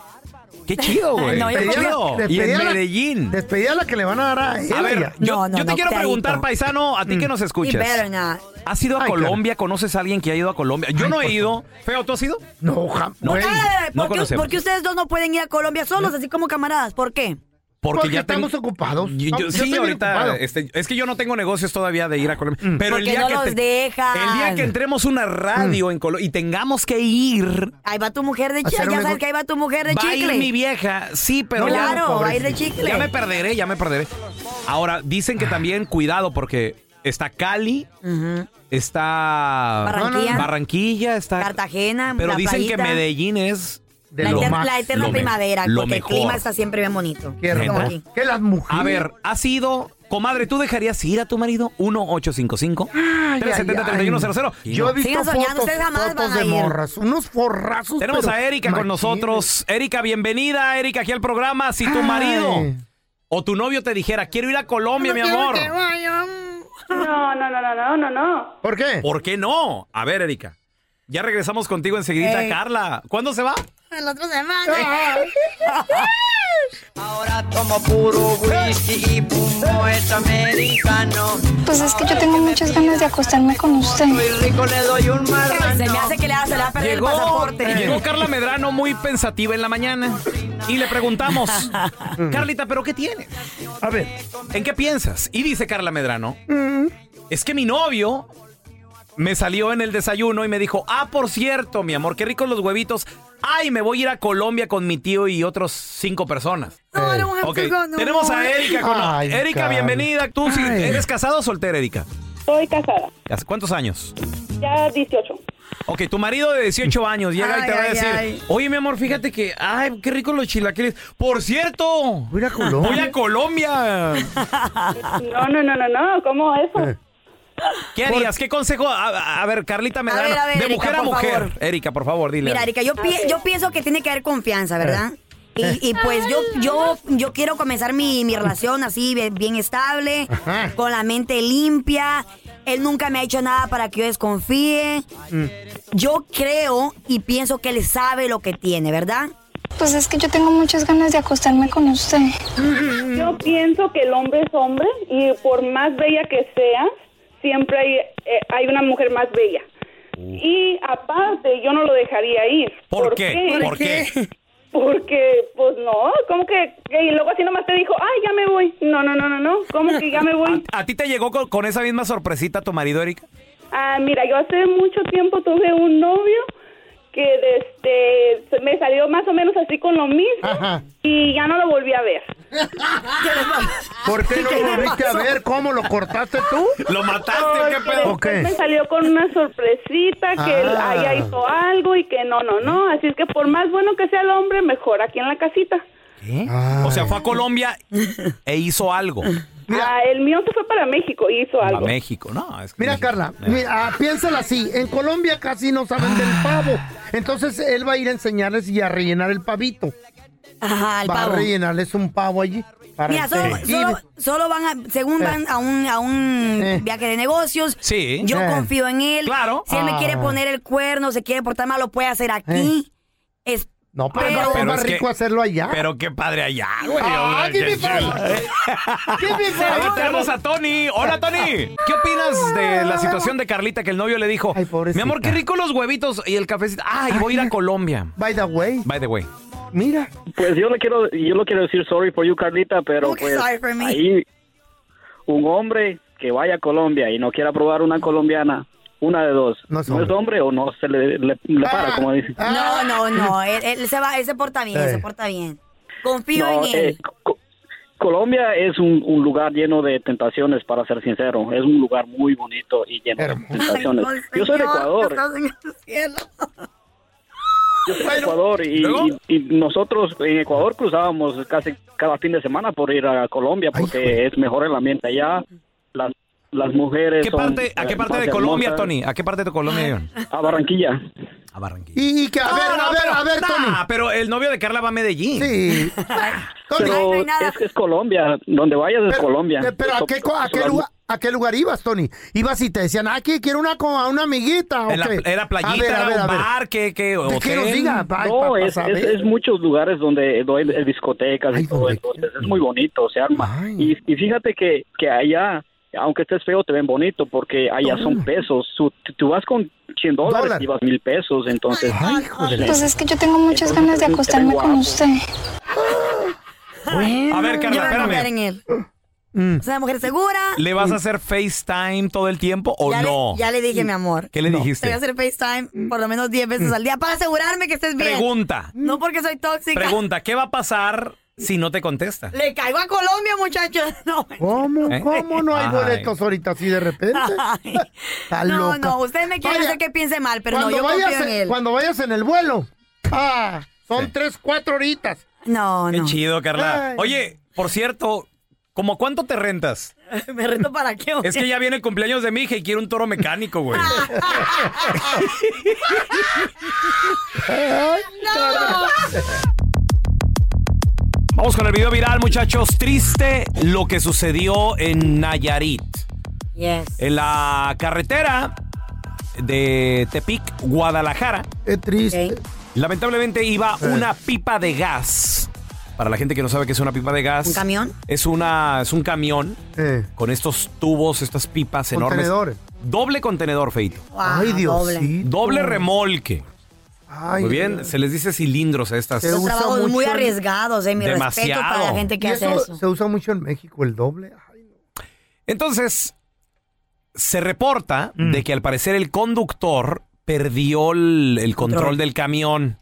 S2: Qué chido, güey.
S5: No, yo
S2: Qué
S5: creo que-
S2: chido. Y
S4: despedida
S2: en
S4: la-
S2: Medellín.
S4: Despedida la que le van a dar a él.
S2: A ver,
S4: allá.
S2: yo,
S5: No, no,
S2: yo te
S5: no,
S2: quiero
S5: clarito.
S2: preguntar, paisano, a ti
S4: Mm.
S2: que nos
S5: You
S2: escuchas.
S5: better not.
S2: ¿Has ido a
S5: Ay,
S2: Colombia? ¿Conoces a alguien que ha ido a Colombia? Yo no he ido. Feo, ¿tú has ido?
S4: No, jamás.
S2: No,
S5: Ah,
S2: no
S5: ¿por qué-
S2: conocemos. ¿Eh?
S5: ¿Por qué ustedes dos no pueden ir a Colombia solos, así como camaradas? ¿Por qué?
S2: Porque,
S4: Porque
S2: ya
S4: estamos ocupados.
S2: Yo- yo-
S4: Yo
S2: sí,
S4: estoy ocupado.
S2: ahorita este, es que yo no tengo negocios todavía de ir a Colombia. Pero el
S5: Porque
S2: día
S5: no
S2: que
S5: los
S2: te-
S5: dejan.
S2: el día que entremos una radio en Colombia y tengamos que ir,
S5: Ahí va tu mujer de
S2: Hacer
S5: chicle,
S2: un
S5: ya
S2: nego-
S5: sabes que ahí va tu mujer de
S2: va a
S5: chicle.
S2: ir mi vieja, sí, pero ya-
S5: Claro, va a ir de chicle.
S2: Ya me perderé, ya me perderé. Ahora dicen que también cuidado porque está Cali,
S5: Ujú.
S2: está
S5: Mm. Barranquilla.
S2: Barranquilla, está
S5: Cartagena,
S2: Pero
S5: Ah, la
S2: dicen que
S5: playita.
S2: Medellín es
S5: la,
S2: lo
S5: eter-
S2: más-
S5: la eterna
S2: lo me-
S5: primavera,
S2: lo
S5: porque el
S2: mejor.
S5: clima está siempre bien bonito.
S2: rico.
S5: Como aquí.
S4: Que las mujeres.
S2: A ver, ¿has ido? Comadre, ¿tú dejarías ir a tu marido? 1-855.
S4: Ay, ay, ay.
S2: 370-3100.
S4: Yo he visto fotos, fotos de morras, unos forrazos.
S2: Tenemos
S4: pero
S2: a Erika
S4: machín.
S2: con nosotros. Erika, bienvenida, Erika, aquí al programa. Si tu
S4: Ay.
S2: marido o tu novio te dijera, quiero ir a Colombia, mi amor.
S3: No, no, no, no, no, no, no.
S4: ¿Por qué?
S2: ¿Por qué no? A ver, Erika. Ya regresamos contigo
S5: Eh.
S2: enseguidita,
S5: Ey.
S2: Carla. ¿Cuándo se va?
S5: El otro semana.
S17: Ahora tomo puro whisky y pumbo es americano.
S21: Pues es que yo tengo muchas ganas de acostarme con usted.
S17: Rico le doy un marrano.
S5: Se me hace que le hace la perder el pasaporte.
S2: Llegó Carla Medrano muy pensativa en la mañana y le preguntamos, Carlita, ¿pero qué tienes? A ver, ¿en qué piensas? Y dice Carla Medrano, es que mi novio me salió en el desayuno y me dijo, ah, por cierto, mi amor, qué ricos los huevitos. Ay, me voy a ir a Colombia con mi tío y otros cinco personas.
S5: No, no,
S2: Ok,
S5: amigo, no.
S2: Tenemos a Erika con
S5: Ay,
S2: Erika,
S5: Carla.
S2: bienvenida. ¿Tú sí-
S5: Ay.
S2: eres casada o soltera, Erika?
S3: Soy casada,
S2: ¿Hace cuántos años?
S3: ya 18.
S2: Ok, tu marido de 18 años llega y te va a
S3: Ay, ay,
S2: decir,
S3: ay.
S2: oye, mi amor, fíjate que, ay, qué rico los chilaquiles. Por cierto, voy a
S3: Colombia.
S2: Voy a Colombia.
S3: No, no, no, no, no, ¿cómo eso?
S2: ¿Qué harías? ¿Qué consejo? A, a- a ver, Carlita Medrano,
S5: ver, a ver,
S2: de
S5: Erika,
S2: mujer a
S5: por
S2: mujer.
S5: favor.
S2: Erika, por favor, dile.
S5: Mira, Erika, yo, pi- yo pienso que tiene que haber
S4: Ah.
S5: confianza, ¿verdad? Y, y pues yo, yo, yo quiero comenzar mi, mi relación así, bien, bien estable,
S2: Ajá.
S5: con la mente limpia. Él nunca me ha hecho nada para que yo desconfíe.
S4: Mm.
S5: Yo creo y pienso que él sabe lo que tiene, ¿verdad?
S21: Pues es que yo tengo muchas ganas de acostarme con usted.
S3: Yo pienso que el hombre es hombre y por más bella que seas, siempre hay, eh, hay una mujer más bella. Y aparte, yo no lo dejaría ir.
S2: Uh. ¿Por, qué? ¿Por qué?
S3: Porque, pues no, ¿cómo que, que- Y luego así nomás te dijo, ay, ya me voy. No, no, no, no, no, ¿cómo que ya me voy?
S2: ¿A, a ti te llegó con, con esa misma sorpresita tu marido, Erika?
S3: Ah, mira, yo hace mucho tiempo tuve un novio que desde, se- me salió más o menos así con lo mismo y ya no lo volví a ver.
S4: ¿Por qué no
S3: ¿Qué
S4: lo
S3: le
S4: volviste a
S3: pasó?
S4: ver? ¿Cómo lo cortaste tú?
S2: ¿Lo mataste
S3: Porque después me salió con una sorpresita que él
S4: Ah.
S3: haya hizo algo y que no, no, no. Así es que por más bueno que sea el hombre, mejor aquí en la casita.
S2: O sea, fue a Colombia e hizo algo.
S3: Ah, el mío se fue para México y hizo
S2: A
S3: algo.
S2: México, ¿no? Es que
S4: Mira, Carla, mira, ah, piénsala así. En Colombia casi no saben
S2: Ah.
S4: del pavo. Entonces él va a ir a enseñarles y a rellenar el pavito.
S5: Ajá, el
S4: va
S5: pavo.
S4: a rellenarles un pavo allí. para
S5: Mira, solo,
S4: este-
S5: solo, solo van a, según
S4: Eh.
S5: van a un, a un viaje de negocios,
S4: Sí.
S5: yo
S4: Eh.
S5: confío en él.
S4: Claro.
S5: Si él me
S4: Ah. Eh.
S5: quiere poner el cuerno, se quiere portar mal, lo puede hacer aquí. Es
S4: No, pero,
S5: Pero-
S4: no, es
S5: Ah, Pero
S4: más
S5: es que-
S4: rico hacerlo allá.
S2: Pero qué padre allá, güey.
S4: Ah,
S2: Qué
S4: give me
S2: chulo. Aquí tenemos a Tony. Hola, Tony. ¿Qué opinas de la situación de Carlita que el novio le dijo? mi amor, qué rico los huevitos y el cafecito. Ay, voy a ir a Colombia.
S4: By the way.
S2: By the way.
S4: Mira.
S22: Pues yo le quiero, yo le quiero decir sorry for you, Carlita, pero
S5: ¿Cómo que
S22: pues
S5: sorry for me?
S22: ahí un hombre que vaya a Colombia y no quiera probar una colombiana, una de dos, no es hombre, o no se le, le- le
S5: Ah,
S22: para, como dice.
S2: Ah.
S5: No, no, no. Él, él se va, él se porta bien,
S22: Eh.
S5: se porta bien. Confío
S22: No,
S5: en él.
S22: eh, Co- Colombia es un, un lugar lleno de tentaciones, para ser sincero. Es un lugar muy bonito y lleno de tentaciones. yo soy de Ecuador. Yo soy de Ecuador y, y- y nosotros en Ecuador cruzábamos casi cada fin de semana por ir a Colombia porque es mejor el ambiente allá. Las, las mujeres.
S2: ¿Qué
S22: son,
S2: parte, ¿A
S22: eh,
S2: qué parte
S22: más
S2: de Colombia,
S22: hermosas.
S2: Tony? ¿A qué parte de Colombia iban?
S22: A Barranquilla.
S2: A Barranquilla.
S4: Y, y que, a ver, a ver, a ver, Tony.
S2: Ah, pero el novio de Carla va a Medellín.
S4: Sí.
S22: Pero es que es Colombia. Donde vayas es Colombia.
S4: Eh, Pero ¿a qué, co- a qué
S22: Solamente-
S4: lugar, a qué lugar ibas, Tony? Ibas y te decían, ah, que quiero una, co- a una amiguita. ¿o
S2: En la-
S4: qué?
S2: era playita,
S4: A ver, a
S2: era
S4: ver,
S2: un
S4: a ver.
S2: bar, que, que
S4: ¿De qué nos
S2: hotel.
S4: diga? Ay,
S22: no,
S4: pa- pa
S22: es,
S4: saber.
S22: es- es muchos lugares donde donde hay discotecas y todo, entonces es muy bonito, se arma. Y, y fíjate que, que allá, aunque estés feo, te ven bonito porque allá son pesos. Tú, tú vas con 100 dólares
S21: Dólar.
S22: y vas mil pesos, entonces.
S21: Pues es que yo tengo muchas ganas de acostarme con usted.
S2: A ver,
S5: Yo
S2: Carla,
S5: voy a confiar
S2: espérame. Mm.
S5: en él. Es una mujer segura.
S2: ¿Le vas a hacer FaceTime todo el tiempo o
S5: ya
S2: no?
S5: Le, ya le dije, mi amor.
S2: ¿Qué le
S5: Te voy a
S2: dijiste? Mm.
S5: hacer FaceTime por lo menos 10 veces al día para asegurarme que estés bien.
S2: Pregunta.
S5: No porque soy tóxica.
S2: Pregunta, ¿qué va a pasar si no te contesta?
S5: Le caigo a Colombia, muchachos. No,
S4: ¿Cómo,
S2: ¿Eh?
S4: cómo no hay
S2: Ay.
S4: boletos ahorita así de repente? Está
S5: no,
S4: loca.
S5: no, ustedes me quieren
S4: Vaya,
S5: hacer que piense mal, pero no,
S4: cuando,
S5: yo confío
S4: vayas
S5: en
S4: en,
S5: él.
S4: cuando vayas en el vuelo, ah, son tres, cuatro horitas.
S5: No,
S2: Qué chido, Carla.
S4: Ay.
S2: Oye, por cierto, ¿cómo cuánto te rentas?
S5: ¿Me reto para qué?
S2: Es que ya viene el cumpleaños de mi hija y quiero un toro mecánico, güey. Vamos con el video viral, muchachos. Triste lo que sucedió en Nayarit.
S5: Yes.
S2: En la carretera de Tepic, Guadalajara.
S4: Es triste.
S2: Lamentablemente iba una pipa de gas Para la gente que no sabe qué es una pipa de gas.
S5: ¿Un camión?
S2: Es, una, es un camión con estos tubos, estas pipas enormes.
S4: Contenedores.
S2: Doble contenedor, Feito.
S4: Ay, Dios.
S2: Doble, remolque. Muy bien, se les dice cilindros a estas.
S5: Son trabajos muy arriesgados, eh, mi respeto para la
S2: Demasiado.
S5: gente que
S4: Y
S5: hace eso.
S4: Se usa mucho en México el doble.
S2: Entonces, se reporta
S4: Mm.
S2: de que al parecer el conductor perdió el, el control del camión.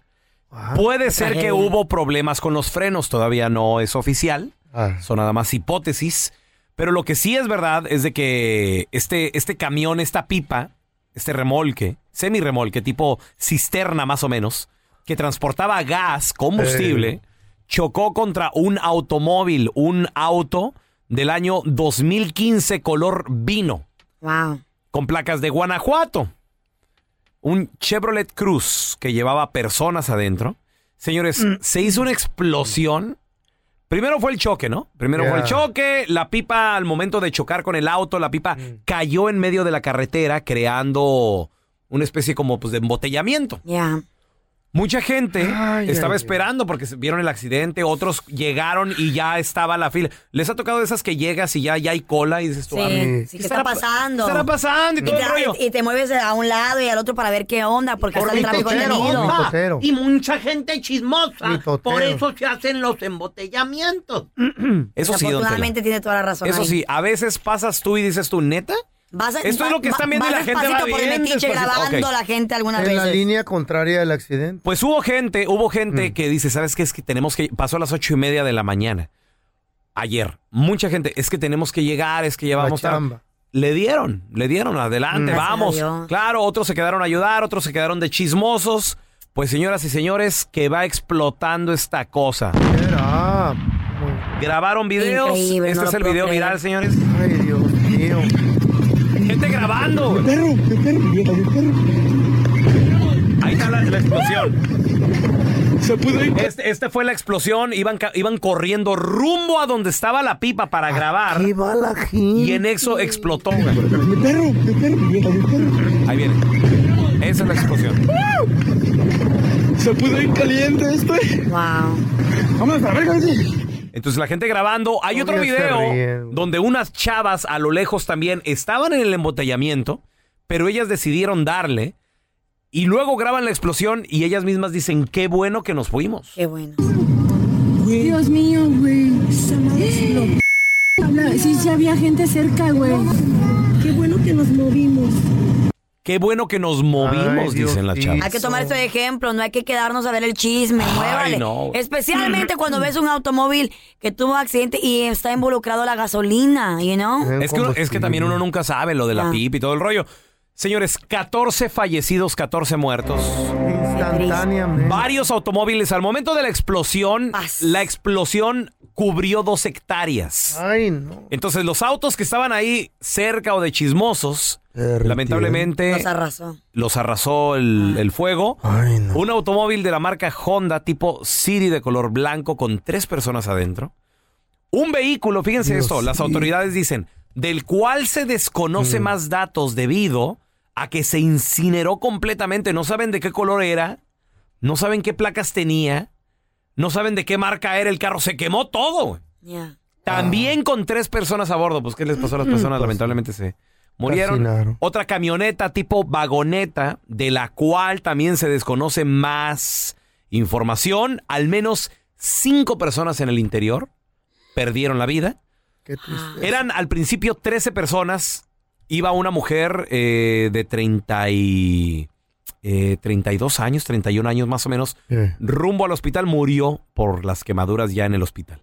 S2: Puede ser que
S23: tragedia.
S2: hubo problemas con los frenos, todavía no es oficial, son nada más hipótesis, pero lo que sí es verdad es de que este, este camión, esta pipa, este remolque, semirremolque, tipo cisterna más o menos, que transportaba gas, combustible, chocó contra un automóvil, un auto del año 2015 color vino. Con placas de Guanajuato. Un Chevrolet Cruz que llevaba personas adentro. Señores,
S23: Mm.
S2: se hizo una explosión. Primero fue el choque, ¿no? Primero fue el
S23: Yeah.
S2: choque, la pipa al momento de chocar con el auto, la pipa
S23: Mm.
S2: cayó en medio de la carretera creando una especie como pues, de embotellamiento. Mucha gente estaba
S23: ay,
S2: esperando porque se- vieron el accidente, otros llegaron y ya estaba la fila. ¿Les ha tocado de esas que llegas y ya, ya hay cola y dices tú,
S5: Sí,
S2: "Ah, ¿qué
S5: sí, ¿qué está pasando?
S2: ¿Qué estará pasando? Y todo el rollo.
S5: te, y te mueves a un lado y al otro para ver qué onda, porque está el tráfico detenido.
S4: Y
S8: mucha gente chismosa.
S4: Mitotero. por eso
S8: Ah, se hacen los embotellamientos.
S2: Eso sí, don Tela.
S5: Desafortunadamente tiene toda la razón.
S2: Eso
S5: ahí.
S2: sí, a veces pasas tú y dices tú, ¿neta?
S5: Vas a-
S2: Esto
S5: va-
S2: es lo que
S5: va-
S2: están viendo y
S5: vas
S2: la gente va
S5: despacito por el
S2: bien,
S5: metiche
S2: despacito.
S5: grabando
S2: Ok.
S5: la gente algunas
S4: en la
S5: veces.
S4: línea contraria del accidente.
S2: Pues hubo gente, hubo gente
S4: Mm.
S2: que dice, ¿sabes qué? Es que tenemos que... Pasó a las ocho y media de la mañana. Ayer. Mucha gente, es que tenemos que llegar, es que ya vamos tarde".
S4: chamba.
S2: Le dieron, le dieron, adelante,
S4: Mm. Gracias
S2: vamos.
S4: a Dios.
S2: Claro, otros se quedaron a ayudar, otros se quedaron de chismosos. Pues señoras y señores, que va explotando esta cosa.
S4: Ah.
S2: Grabaron videos.
S4: Increíble,
S2: este
S4: no
S2: es
S4: lo
S2: el
S4: puedo
S2: video
S4: creer.
S2: viral, señores.
S4: Ay, Dios mío.
S2: Gente grabando.
S4: Perro,
S2: Ahí está la, la explosión. Este, esta fue la explosión. Iban, ca- iban corriendo rumbo a donde estaba la pipa para grabar. Y en eso explotó. güey. Ahí viene. Esa es la explosión.
S8: Se puso bien caliente este.
S5: Wow.
S8: Vamos a ver,
S2: Entonces la gente grabando. Hay otro
S8: Todavía se
S2: video
S8: ríen,
S2: donde unas chavas a lo lejos también estaban en el embotellamiento, pero ellas decidieron darle. Y luego graban la explosión y ellas mismas dicen, qué bueno que nos fuimos.
S5: Qué bueno.
S9: Dios mío, güey.
S5: ¡Eh!
S9: Habla- Sí, sí había gente cerca, güey. Qué bueno que nos movimos.
S2: Qué bueno que nos movimos, dicen las chavas.
S5: Hay que tomar esto de ejemplo, no hay que quedarnos a ver el chisme, muévale.
S2: no.
S5: Especialmente cuando ves un automóvil que tuvo accidente y está involucrado la gasolina, you know?
S2: Es que, uno- es que también uno nunca sabe lo de la
S5: Ah.
S2: pipa y todo el rollo. Señores, 14 fallecidos, 14 muertos.
S4: Instantáneamente.
S2: Varios automóviles. Al momento de la explosión, la explosión cubrió dos hectáreas.
S4: Ay, no.
S2: Entonces, los autos que estaban ahí cerca o de chismosos, lamentablemente
S5: Nos arrasó.
S2: los arrasó el, el fuego. Un automóvil de la marca Honda tipo City de color blanco con tres personas adentro. Un vehículo, fíjense
S23: Dios
S2: esto, las
S23: mío. Mm.
S2: autoridades dicen, del cual se desconoce más datos debido a que se incineró completamente. No saben de qué color era, no saben qué placas tenía, no saben de qué marca era el carro. Se quemó todo. güey.
S5: Yeah.
S2: También con tres personas a bordo. Pues, ¿qué les pasó a las
S23: Ah. Mm,
S2: personas?
S23: pues,
S2: Lamentablemente se murieron.
S23: calcinaron.
S2: Otra camioneta tipo vagoneta, de la cual también se desconoce más información. Al menos cinco personas en el interior perdieron la vida. Eran al principio 13 personas. Iba una mujer eh, de 30 y, eh, 32 años, 31 años más o menos,
S23: Eh.
S2: rumbo al hospital. Murió por las quemaduras ya en el hospital.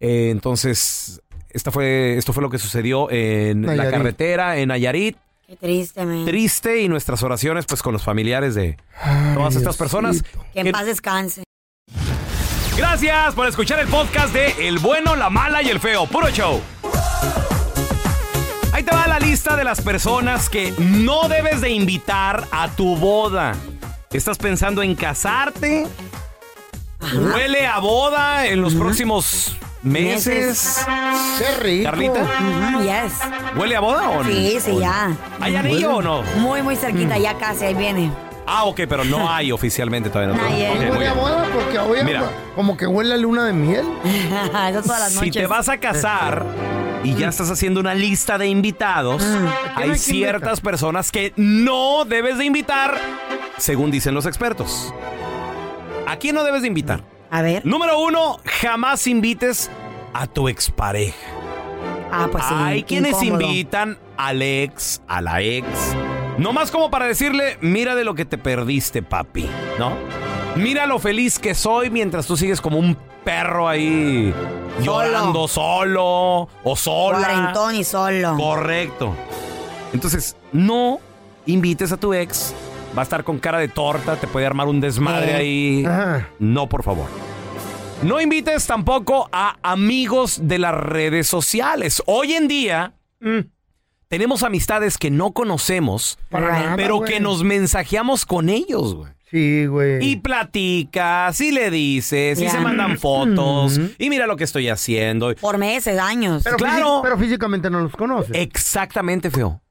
S2: Eh, entonces, esta fue, esto fue lo que sucedió en la
S5: Nayarit.
S2: carretera, en Nayarit.
S5: Qué triste, man.
S2: Triste y nuestras oraciones pues con los familiares de todas estas personas.
S5: Que en paz descanse.
S2: Gracias por escuchar el podcast de El bueno, la mala y el feo. Puro show. Ahí te va la lista de las personas que no debes de invitar a tu boda. ¿Estás pensando en casarte? Huele a boda en los próximos meses.
S4: Qué rico.
S2: Carlita,
S5: Ujú, yes.
S2: ¿huele a boda o no?
S5: Sí, sí, ya.
S2: ¿Hay anillo o no?
S5: Muy, muy cerquita, ya casi, ahí viene.
S2: Ah, ok, pero no hay oficialmente todavía. No, Ok, muy
S4: Huele a
S2: bien.
S4: boda porque hoy
S2: Mira.
S4: como que huele a luna de miel.
S5: Eso todas las
S2: Si te vas a casar y ya estás haciendo una lista de
S5: Ah,
S2: invitados,
S5: hay que
S2: hay ciertas personas que no debes de invitar, según dicen los expertos. ¿A quién no debes de invitar?
S5: A ver.
S2: Número uno, jamás invites a tu expareja.
S5: Ah, pues sí.
S2: Hay
S5: qué
S2: quienes
S5: incómodo.
S2: invitan al ex, a la ex. Nomás como para decirle, mira de lo que te perdiste, papi, ¿no? Mira lo feliz que soy mientras tú sigues como un perro ahí llorando solo o sola.
S5: Cuarentón y solo.
S2: Correcto. Entonces, no invites a tu ex. Va a estar con cara de torta, te puede armar un desmadre
S23: Eh.
S2: ahí.
S23: Ajá.
S2: No, por favor. No invites tampoco a amigos de las redes sociales. Hoy en día tenemos amistades que no conocemos,
S4: nada,
S2: pero
S4: güey.
S2: que nos mensajeamos con ellos, güey.
S4: Sí, güey.
S2: Y platicas, y le dices, y
S5: Ya.
S2: se mandan fotos, y mira lo que estoy haciendo.
S5: Por meses, años.
S2: Pero Claro. físic-
S4: pero físicamente no los conoces.
S2: Exactamente, feo.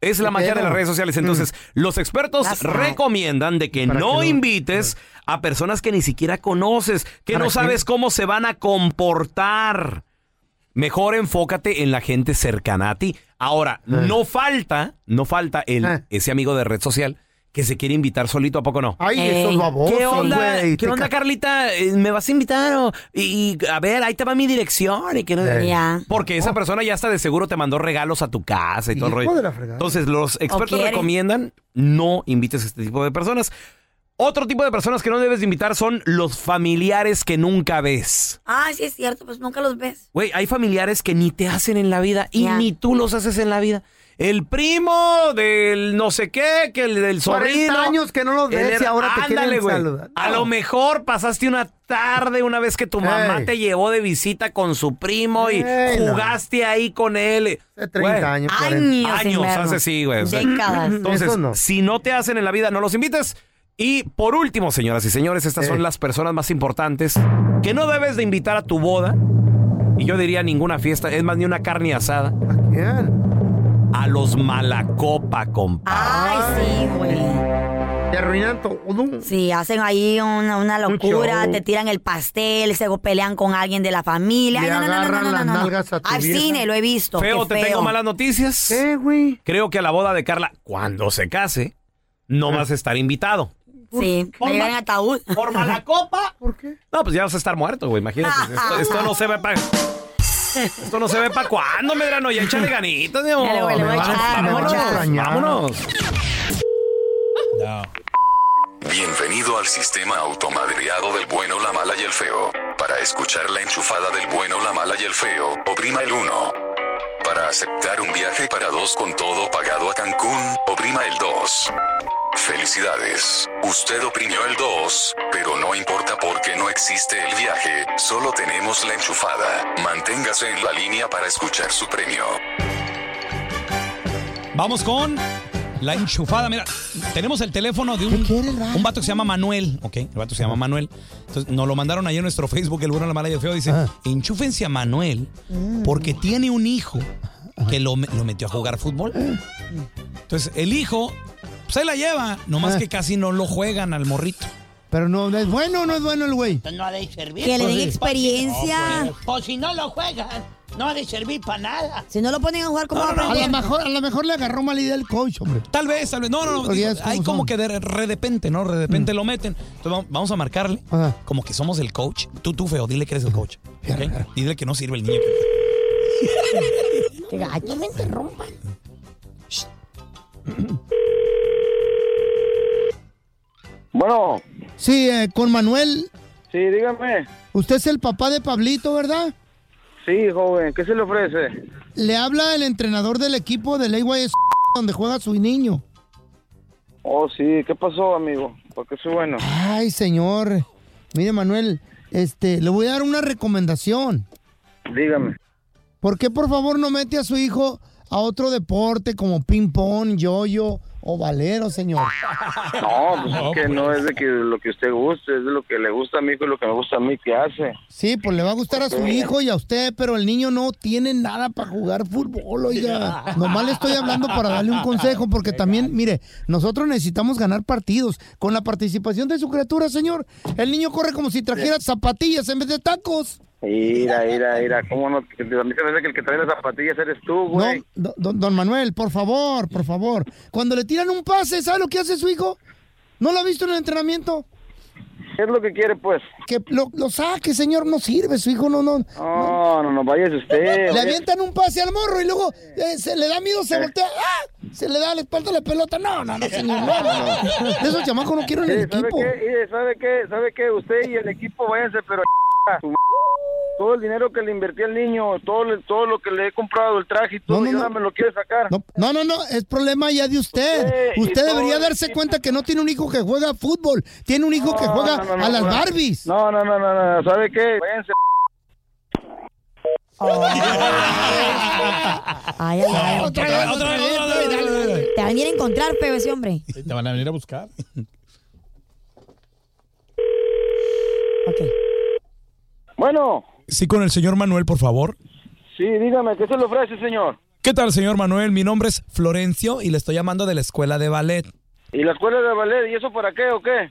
S2: Es la
S4: ¿Qué
S2: magia de
S4: pedo?
S2: las redes sociales. Entonces, los expertos
S4: That's right.
S2: recomiendan de que
S4: ¿Para
S2: no
S4: qué lo-
S2: invites a personas que ni siquiera conoces, que
S4: ¿Para
S2: no
S4: qué?
S2: sabes cómo se van a comportar. Mejor enfócate en la gente cercana a ti. Ahora,
S4: Ah.
S2: no falta, no falta el, ese amigo de red social que se quiere invitar solito, ¿a poco no?
S4: Ay, esos babosos,
S2: ¿Qué onda,
S4: güey,
S2: ¿Qué
S4: te
S2: onda
S4: ca-
S2: Carlita? Eh, ¿Me vas a invitar? o- y, y, a ver, ahí te va mi dirección. Y que no-
S4: Eh. Ya.
S2: Porque esa persona ya está de seguro te mandó regalos a tu casa y todo el
S4: Hijo
S2: rollo.
S4: de la fregada.
S2: Entonces, los expertos
S4: quiere.
S2: recomiendan no invites a este tipo de personas. Otro tipo de personas que no debes de invitar son los familiares que nunca ves.
S5: Ah, sí es cierto, pues nunca los ves.
S2: Güey, hay familiares que ni te hacen en la vida y
S5: Ya.
S2: ni tú los haces en la vida. El primo del no sé qué, que el del
S4: 40
S2: sobrino.
S4: años que no los
S2: el
S4: ves y
S2: her-
S4: ahora te
S2: ándale,
S4: quieren
S2: güey.
S4: saludar.
S2: A lo mejor pasaste una tarde una vez que tu mamá
S4: Ey.
S2: te llevó de visita con su primo y
S4: Ey, no.
S2: jugaste ahí con él.
S4: Hace 30
S2: Güey,
S4: años, 40.
S2: Años,
S4: Inverno.
S2: hace sí, güey. O sea,
S4: Décadas.
S2: Entonces,
S4: Eso no.
S2: si no te hacen en la vida, no los invites. Y por último, señoras y señores,
S4: Eh.
S2: estas son las personas más importantes que no debes de invitar a tu boda. Y yo diría ninguna fiesta, es más, ni una carne asada. ¿A quién? A los malacopa,
S4: Ah,
S2: compa.
S5: Ay, sí, güey.
S4: Te arruinan todo.
S5: Sí, hacen ahí una, una locura,
S4: show.
S5: te tiran el pastel, se pelean con alguien de la familia. Ay,
S4: Le
S5: no, no, no, no,
S4: agarran
S5: no, no,
S4: las
S5: no.
S4: nalgas a tu
S5: Al
S4: vieja.
S5: cine, lo he visto.
S2: Feo,
S5: qué
S2: te tengo malas noticias. Creo que a la boda de Carla, cuando se case, no vas a estar invitado.
S5: Sí, me llegan en ataúd.
S2: Por mala copa.
S4: ¿Por qué?
S2: No, pues ya vas a estar muerto, güey, imagínate. Esto, esto no se ve para... Esto no se ve para cuándo, Medrano. Ya échale ganitas, mi amor.
S5: Ya le voy- le voy a
S2: Vámonos,
S5: echar, le voy a echar.
S2: vámonos, vámonos.
S10: Bienvenido al sistema automadreado del bueno, la mala y el feo. Para escuchar la enchufada del bueno, la mala y el feo, oprima el 1. Para aceptar un viaje para dos con todo pagado a Cancún, oprima el 2. Felicidades, usted oprimió el 2, pero no importa porque no existe el viaje, solo tenemos la enchufada. Manténgase en la línea para escuchar su premio.
S2: Vamos con la enchufada. Mira, tenemos el teléfono de un, un vato que se llama Manuel. Ok, el vato se llama Manuel. Entonces nos lo mandaron ayer en nuestro Facebook, el bueno, la mala y el feo. Dice,
S5: Ah.
S2: enchúfense a Manuel
S4: Mm.
S2: porque tiene un hijo que lo, me- lo metió a jugar fútbol. Entonces el hijo se la lleva,
S5: Ah.
S2: nomás que casi no lo juegan al morrito.
S13: Pero no, no es bueno, no es bueno el güey.
S6: No ha de servir.
S13: Que le den
S6: Pues sí.
S13: experiencia.
S6: O si- O si no lo juegan, no ha de servir para nada.
S13: Si no lo ponen a jugar,
S6: ¿cómo va
S13: Ah,
S6: a
S13: a, lo
S6: aprender?
S13: mejor, a lo mejor le agarró mala idea el coach, hombre.
S2: Tal vez, tal vez. No, no, no.
S13: Porque
S2: digo,
S13: ya es como
S2: hay como
S13: son. Mm.
S2: que de re- re repente, ¿no? De repente lo meten. Entonces va- vamos a marcarle como que somos el coach. Tú, tú, feo, dile que eres el coach. ¿ok? Dile que no sirve el niño.
S13: Qué gacho, me interrumpan.
S12: Bueno.
S13: Sí, eh, con Manuel.
S12: Sí, dígame.
S13: Usted es el papá de Pablito, ¿verdad?
S12: Sí, joven, ¿qué se le ofrece?
S13: Le habla el entrenador del equipo del AYS donde juega su niño.
S12: Oh, sí, ¿qué pasó, amigo? Porque soy bueno.
S13: Ay, señor. Mire, Manuel, este, le voy a dar una recomendación.
S12: Dígame.
S13: ¿Por qué, por favor, no mete a su hijo a otro deporte como ping-pong, yo-yo o valero, señor.
S12: No, pues es que no es de que lo que usted guste, es de lo que le gusta a mi hijo y lo que me gusta a mí que hace.
S13: Sí, pues le va a gustar a su hijo y a usted, pero el niño no tiene nada para jugar fútbol, oiga. Nomás le estoy hablando para darle un consejo, porque también, mire, nosotros necesitamos ganar partidos. Con la participación de su criatura, señor, el niño corre como si trajera zapatillas en vez de tacos.
S12: Mira, mira, mira, cómo no, a mí se me hace que el que trae las zapatillas eres tú,
S13: No,
S12: güey.
S13: do- don, don Manuel, por favor, por favor. Cuando le tiran un pase, ¿sabe lo que hace su hijo? ¿No lo ha visto en el entrenamiento?
S12: ¿Qué es lo que quiere, pues?
S13: Que lo, lo saque, señor, no sirve, su hijo no, no.
S12: No, no, no, váyase usted.
S13: Le
S12: váyase.
S13: avientan un pase al morro y luego eh, se le da miedo, se voltea, ¡ah! se le da la espalda a la pelota. No, no, no, señor, no, no, no. De esos chamacos no quiero en el
S12: Eh, ¿sabe
S13: equipo.
S12: Qué? Eh, ¿Sabe qué? ¿Sabe qué? Usted y el equipo váyanse, pero a su m- todo el dinero que le invertí al niño, todo, le- todo lo que le he comprado, el traje y todo, y ahora me lo quiere sacar.
S13: No, no, no, es problema ya de usted.
S12: y
S13: Usted debería
S12: todo.
S13: darse cuenta que no tiene un hijo que juega a fútbol, tiene un hijo que juega
S12: no, no,
S13: a las
S12: no.
S13: Barbies.
S12: No, no, no, no, no, ¿sabe qué? Váyanse.
S5: Ay, ay, ay.
S14: Otra vez, otra vez, otra vez, dale, dale, dale.
S5: Te van a ir a encontrar, feo, ese hombre.
S14: Te van a venir a buscar.
S12: Bueno.
S14: Sí, con el señor Manuel, por favor.
S12: Sí, dígame, ¿qué se le ofrece, señor?
S14: ¿Qué tal, señor Manuel? Mi nombre es Florencio y le estoy llamando de la escuela de ballet.
S12: ¿Y la escuela de ballet? ¿Y eso para qué o qué?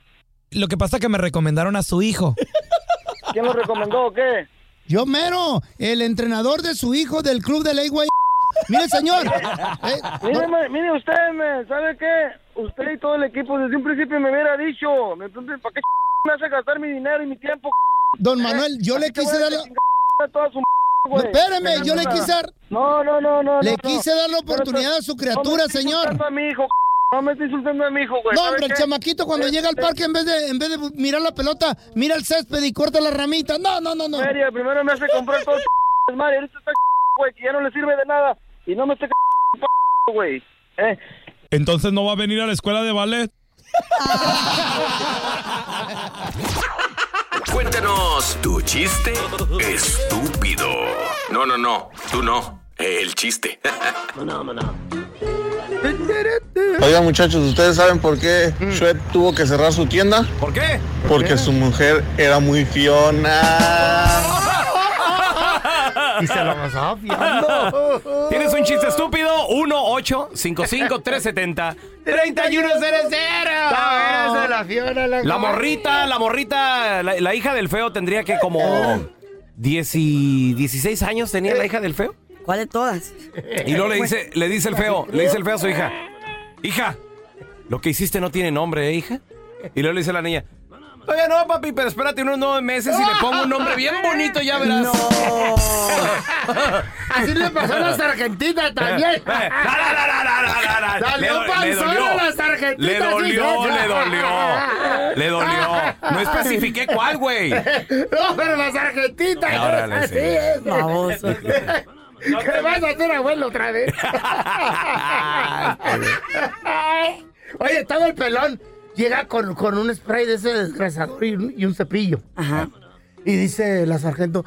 S14: Lo que pasa que me recomendaron a su hijo.
S12: ¿Quién lo recomendó o qué?
S13: Yo mero, el entrenador de su hijo del club de la Iguay. Mire, señor. eh,
S12: Mire, ma- mire usted, men, ¿sabe qué? Usted y todo el equipo desde un principio me hubiera dicho. Entonces, ¿para qué me hace gastar mi dinero y mi tiempo?
S13: Don Manuel, yo le quise dar la-
S12: Toda su
S13: No, espérame, yo le quise dar-
S12: No, no, no, no.
S13: Le
S12: no, no.
S13: quise dar la oportunidad
S12: No,
S13: a su criatura,
S12: no me estoy
S13: señor.
S12: insultando a mi hijo, No me estoy insultando a mi hijo, güey.
S13: No,
S12: ¿sabe
S13: hombre, el
S12: qué?
S13: chamaquito cuando
S12: Eh,
S13: llega al
S12: eh,
S13: parque en vez de en vez de mirar la pelota, mira el césped y corta la ramita. No, no, no, no.
S12: feria, primero me hace comprar todo el desmadre, ahorita está güey, que ya no le sirve de nada y no me esté güey. Eh,
S14: Entonces no va a venir a la escuela de ballet.
S1: Cuéntanos tu chiste estúpido. No, no, no, tú no. El chiste.
S15: Oiga muchachos, ¿ustedes saben por qué Shrek tuvo que cerrar su tienda? ¿Por qué? Porque su mujer era muy fiona.
S2: Y se lo pasaba ¿Tienes un chiste estúpido? 1-855-370-3100.
S4: Ah, eres de la Fiona, la
S2: La
S4: comadre.
S2: morrita, la morrita, la, la hija del feo tendría que como 10 y 16 años tenía la hija del feo.
S5: ¿Cuál de todas?
S2: Y luego le dice, le dice el feo, le dice el feo a su hija, hija, lo que hiciste no tiene nombre, ¿eh, hija? Y luego le dice la niña, todavía no, papi, pero espérate unos nueve meses y le pongo un nombre bien bonito, ya verás.
S4: Así le pasó a las argentinas
S2: Eh,
S4: también. Salió
S2: Le do- le
S4: panzón a
S2: dolió.
S4: las argentinas.
S2: Le dolió,
S4: sí.
S2: le dolió, le dolió. No especifiqué cuál, güey.
S4: No, pero las argentinas.
S2: Órale,
S4: así
S2: sí.
S4: es.
S2: Baboso.
S4: ¿Qué vas a hacer, abuelo, otra vez? Oye, estaba el pelón. Llega con, con un spray de ese desgrasador y un, y un cepillo. Ajá. Y dice la sargento.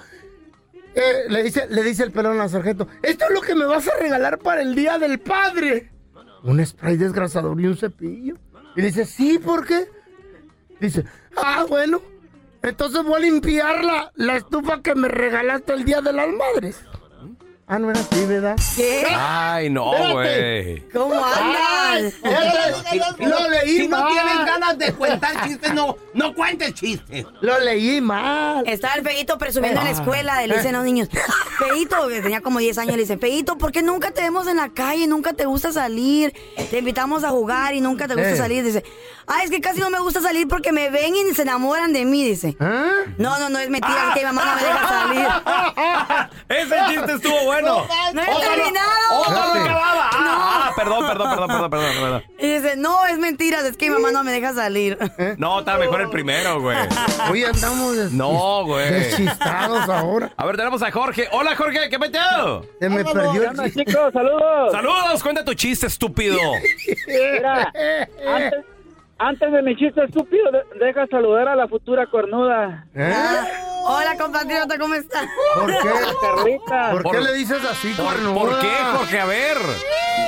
S4: eh, le, dice, le dice el pelón a la sargento: Esto es lo que me vas a regalar para el día del padre. Un spray desgrasador y un cepillo. Y le dice: Sí, ¿por qué? Dice: Ah, bueno. Entonces voy a limpiar la, la estufa que me regalaste el día de las madres. Ah, no era así, ¿verdad? ¿Qué?
S2: Ay, no, güey.
S4: ¿Cómo
S6: andas?
S4: Lo leí
S8: Si no
S4: mal.
S8: tienen ganas de contar chistes, no, no cuentes chistes.
S4: Lo leí mal.
S5: Estaba el feito presumiendo en la
S8: Ah.
S5: escuela, le dicen a los niños, feito, que tenía como 10 años, le dicen, feito, ¿por qué nunca te vemos en la calle? Nunca te gusta salir, te invitamos a jugar y nunca te gusta
S6: Eh.
S5: salir. Dice, ah, es que casi no me gusta salir porque me ven y se enamoran de mí, dice. No, no, no es mentira, es que mi mamá no me deja salir.
S2: Ese chiste estuvo bueno.
S5: No he
S2: Otro-
S5: terminado.
S2: otro no acababa.
S5: No.
S2: Ah, perdón, perdón, perdón, perdón, perdón, perdón.
S5: Y dice, no, es mentira, es que mi mamá no me deja salir.
S2: No, estaba mejor el primero, güey.
S4: Hoy andamos des-
S2: No, güey.
S4: deschistados ahora.
S2: A ver, tenemos a Jorge. Hola, Jorge, ¿qué meteo?
S4: Se me perdió el chiste.
S2: chicos, saludos. Saludos, cuenta tu chiste, estúpido.
S12: Mira, antes, antes de mi chiste estúpido, de- deja saludar a la futura cornuda.
S5: Hola, compatriota, ¿cómo estás?
S17: ¿Por qué?
S5: Carlita.
S17: ¿Por qué le dices así,
S2: ¿Por,
S17: cuernuda?
S2: ¿Por qué, Jorge? A ver.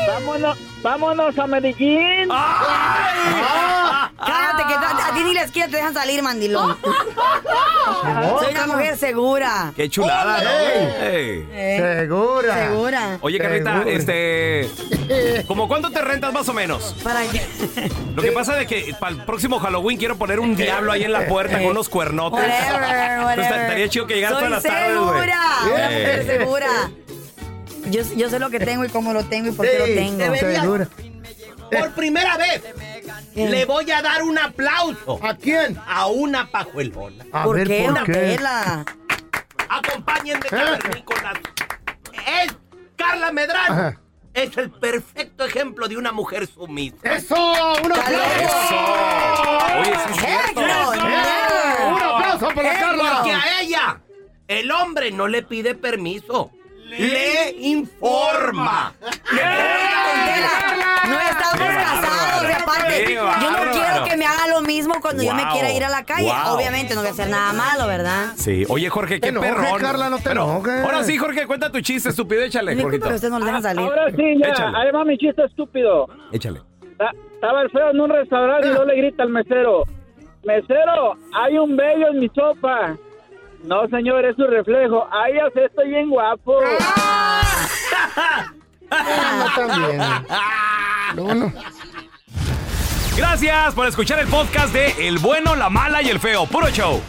S12: Vámonos, vámonos a Medellín.
S2: Ah.
S5: Cállate, que a, a ti ni la esquina te dejan salir, mandilón. Soy una mujer segura.
S2: Qué chulada, ¿no? Ey.
S17: Segura.
S5: Segura.
S2: Oye, Carlita, este. ¿Cómo cuánto te rentas más o menos?
S5: ¿Para qué?
S2: Lo que pasa es que para el próximo Halloween quiero poner un diablo ahí en la puerta con unos cuernotes.
S5: Whatever, whatever.
S2: Entonces, Pues estaría chido que llegara
S5: Soy
S2: todas las tardes, güey.
S5: segura. Una
S2: Ey.
S5: mujer segura. Yo, yo sé lo que tengo y cómo lo tengo y por qué lo
S4: Sí,
S5: tengo.
S4: deberías- Por primera vez le voy a dar un aplauso.
S17: ¿A quién?
S4: A una pajuelona.
S5: A ¿Por ver, qué, ¿por qué? Marcela?
S4: Acompáñenme,
S17: ¿Eh?
S4: cavernícolas. Es Carla Medrano. Es el perfecto ejemplo de una mujer sumisa.
S17: ¡Eso! ¡Un
S4: ¡Eso!
S2: Oye, sí es cierto.
S17: ¡Eso! ¡Un aplauso para
S4: Eh,
S17: Carla!
S4: Porque a ella el hombre no le pide permiso. Le, informa.
S17: ¡Eh!
S5: No estamos casados, y aparte.
S4: Qué
S5: Yo no
S4: bárbaro.
S5: quiero que me haga lo mismo cuando yo me
S2: Wow.
S5: quiera ir a la calle.
S2: Wow.
S5: Obviamente no voy a hacer nada malo, ¿verdad?
S2: Sí. Oye, Jorge, qué
S5: enojes,
S2: perrón.
S5: Carla, no te
S2: Bueno,
S5: enojes.
S2: Ahora sí, Jorge, cuenta tu chiste, estúpido. Échale,
S5: Disculpa,
S2: Jorgito.
S5: pero ustedes no lo dejan salir.
S12: Ahora sí, ya.
S2: Échale.
S12: Ahí va mi chiste estúpido.
S2: Échale.
S12: Ta- Estaba el feo en un restaurante y yo le grita al mesero. Mesero, hay un bello en mi sopa. No, señor, es su reflejo. Ay, ya sé, estoy bien guapo.
S17: también.
S2: Ah. Gracias por escuchar el podcast de El Bueno, la Mala y el Feo. Puro show.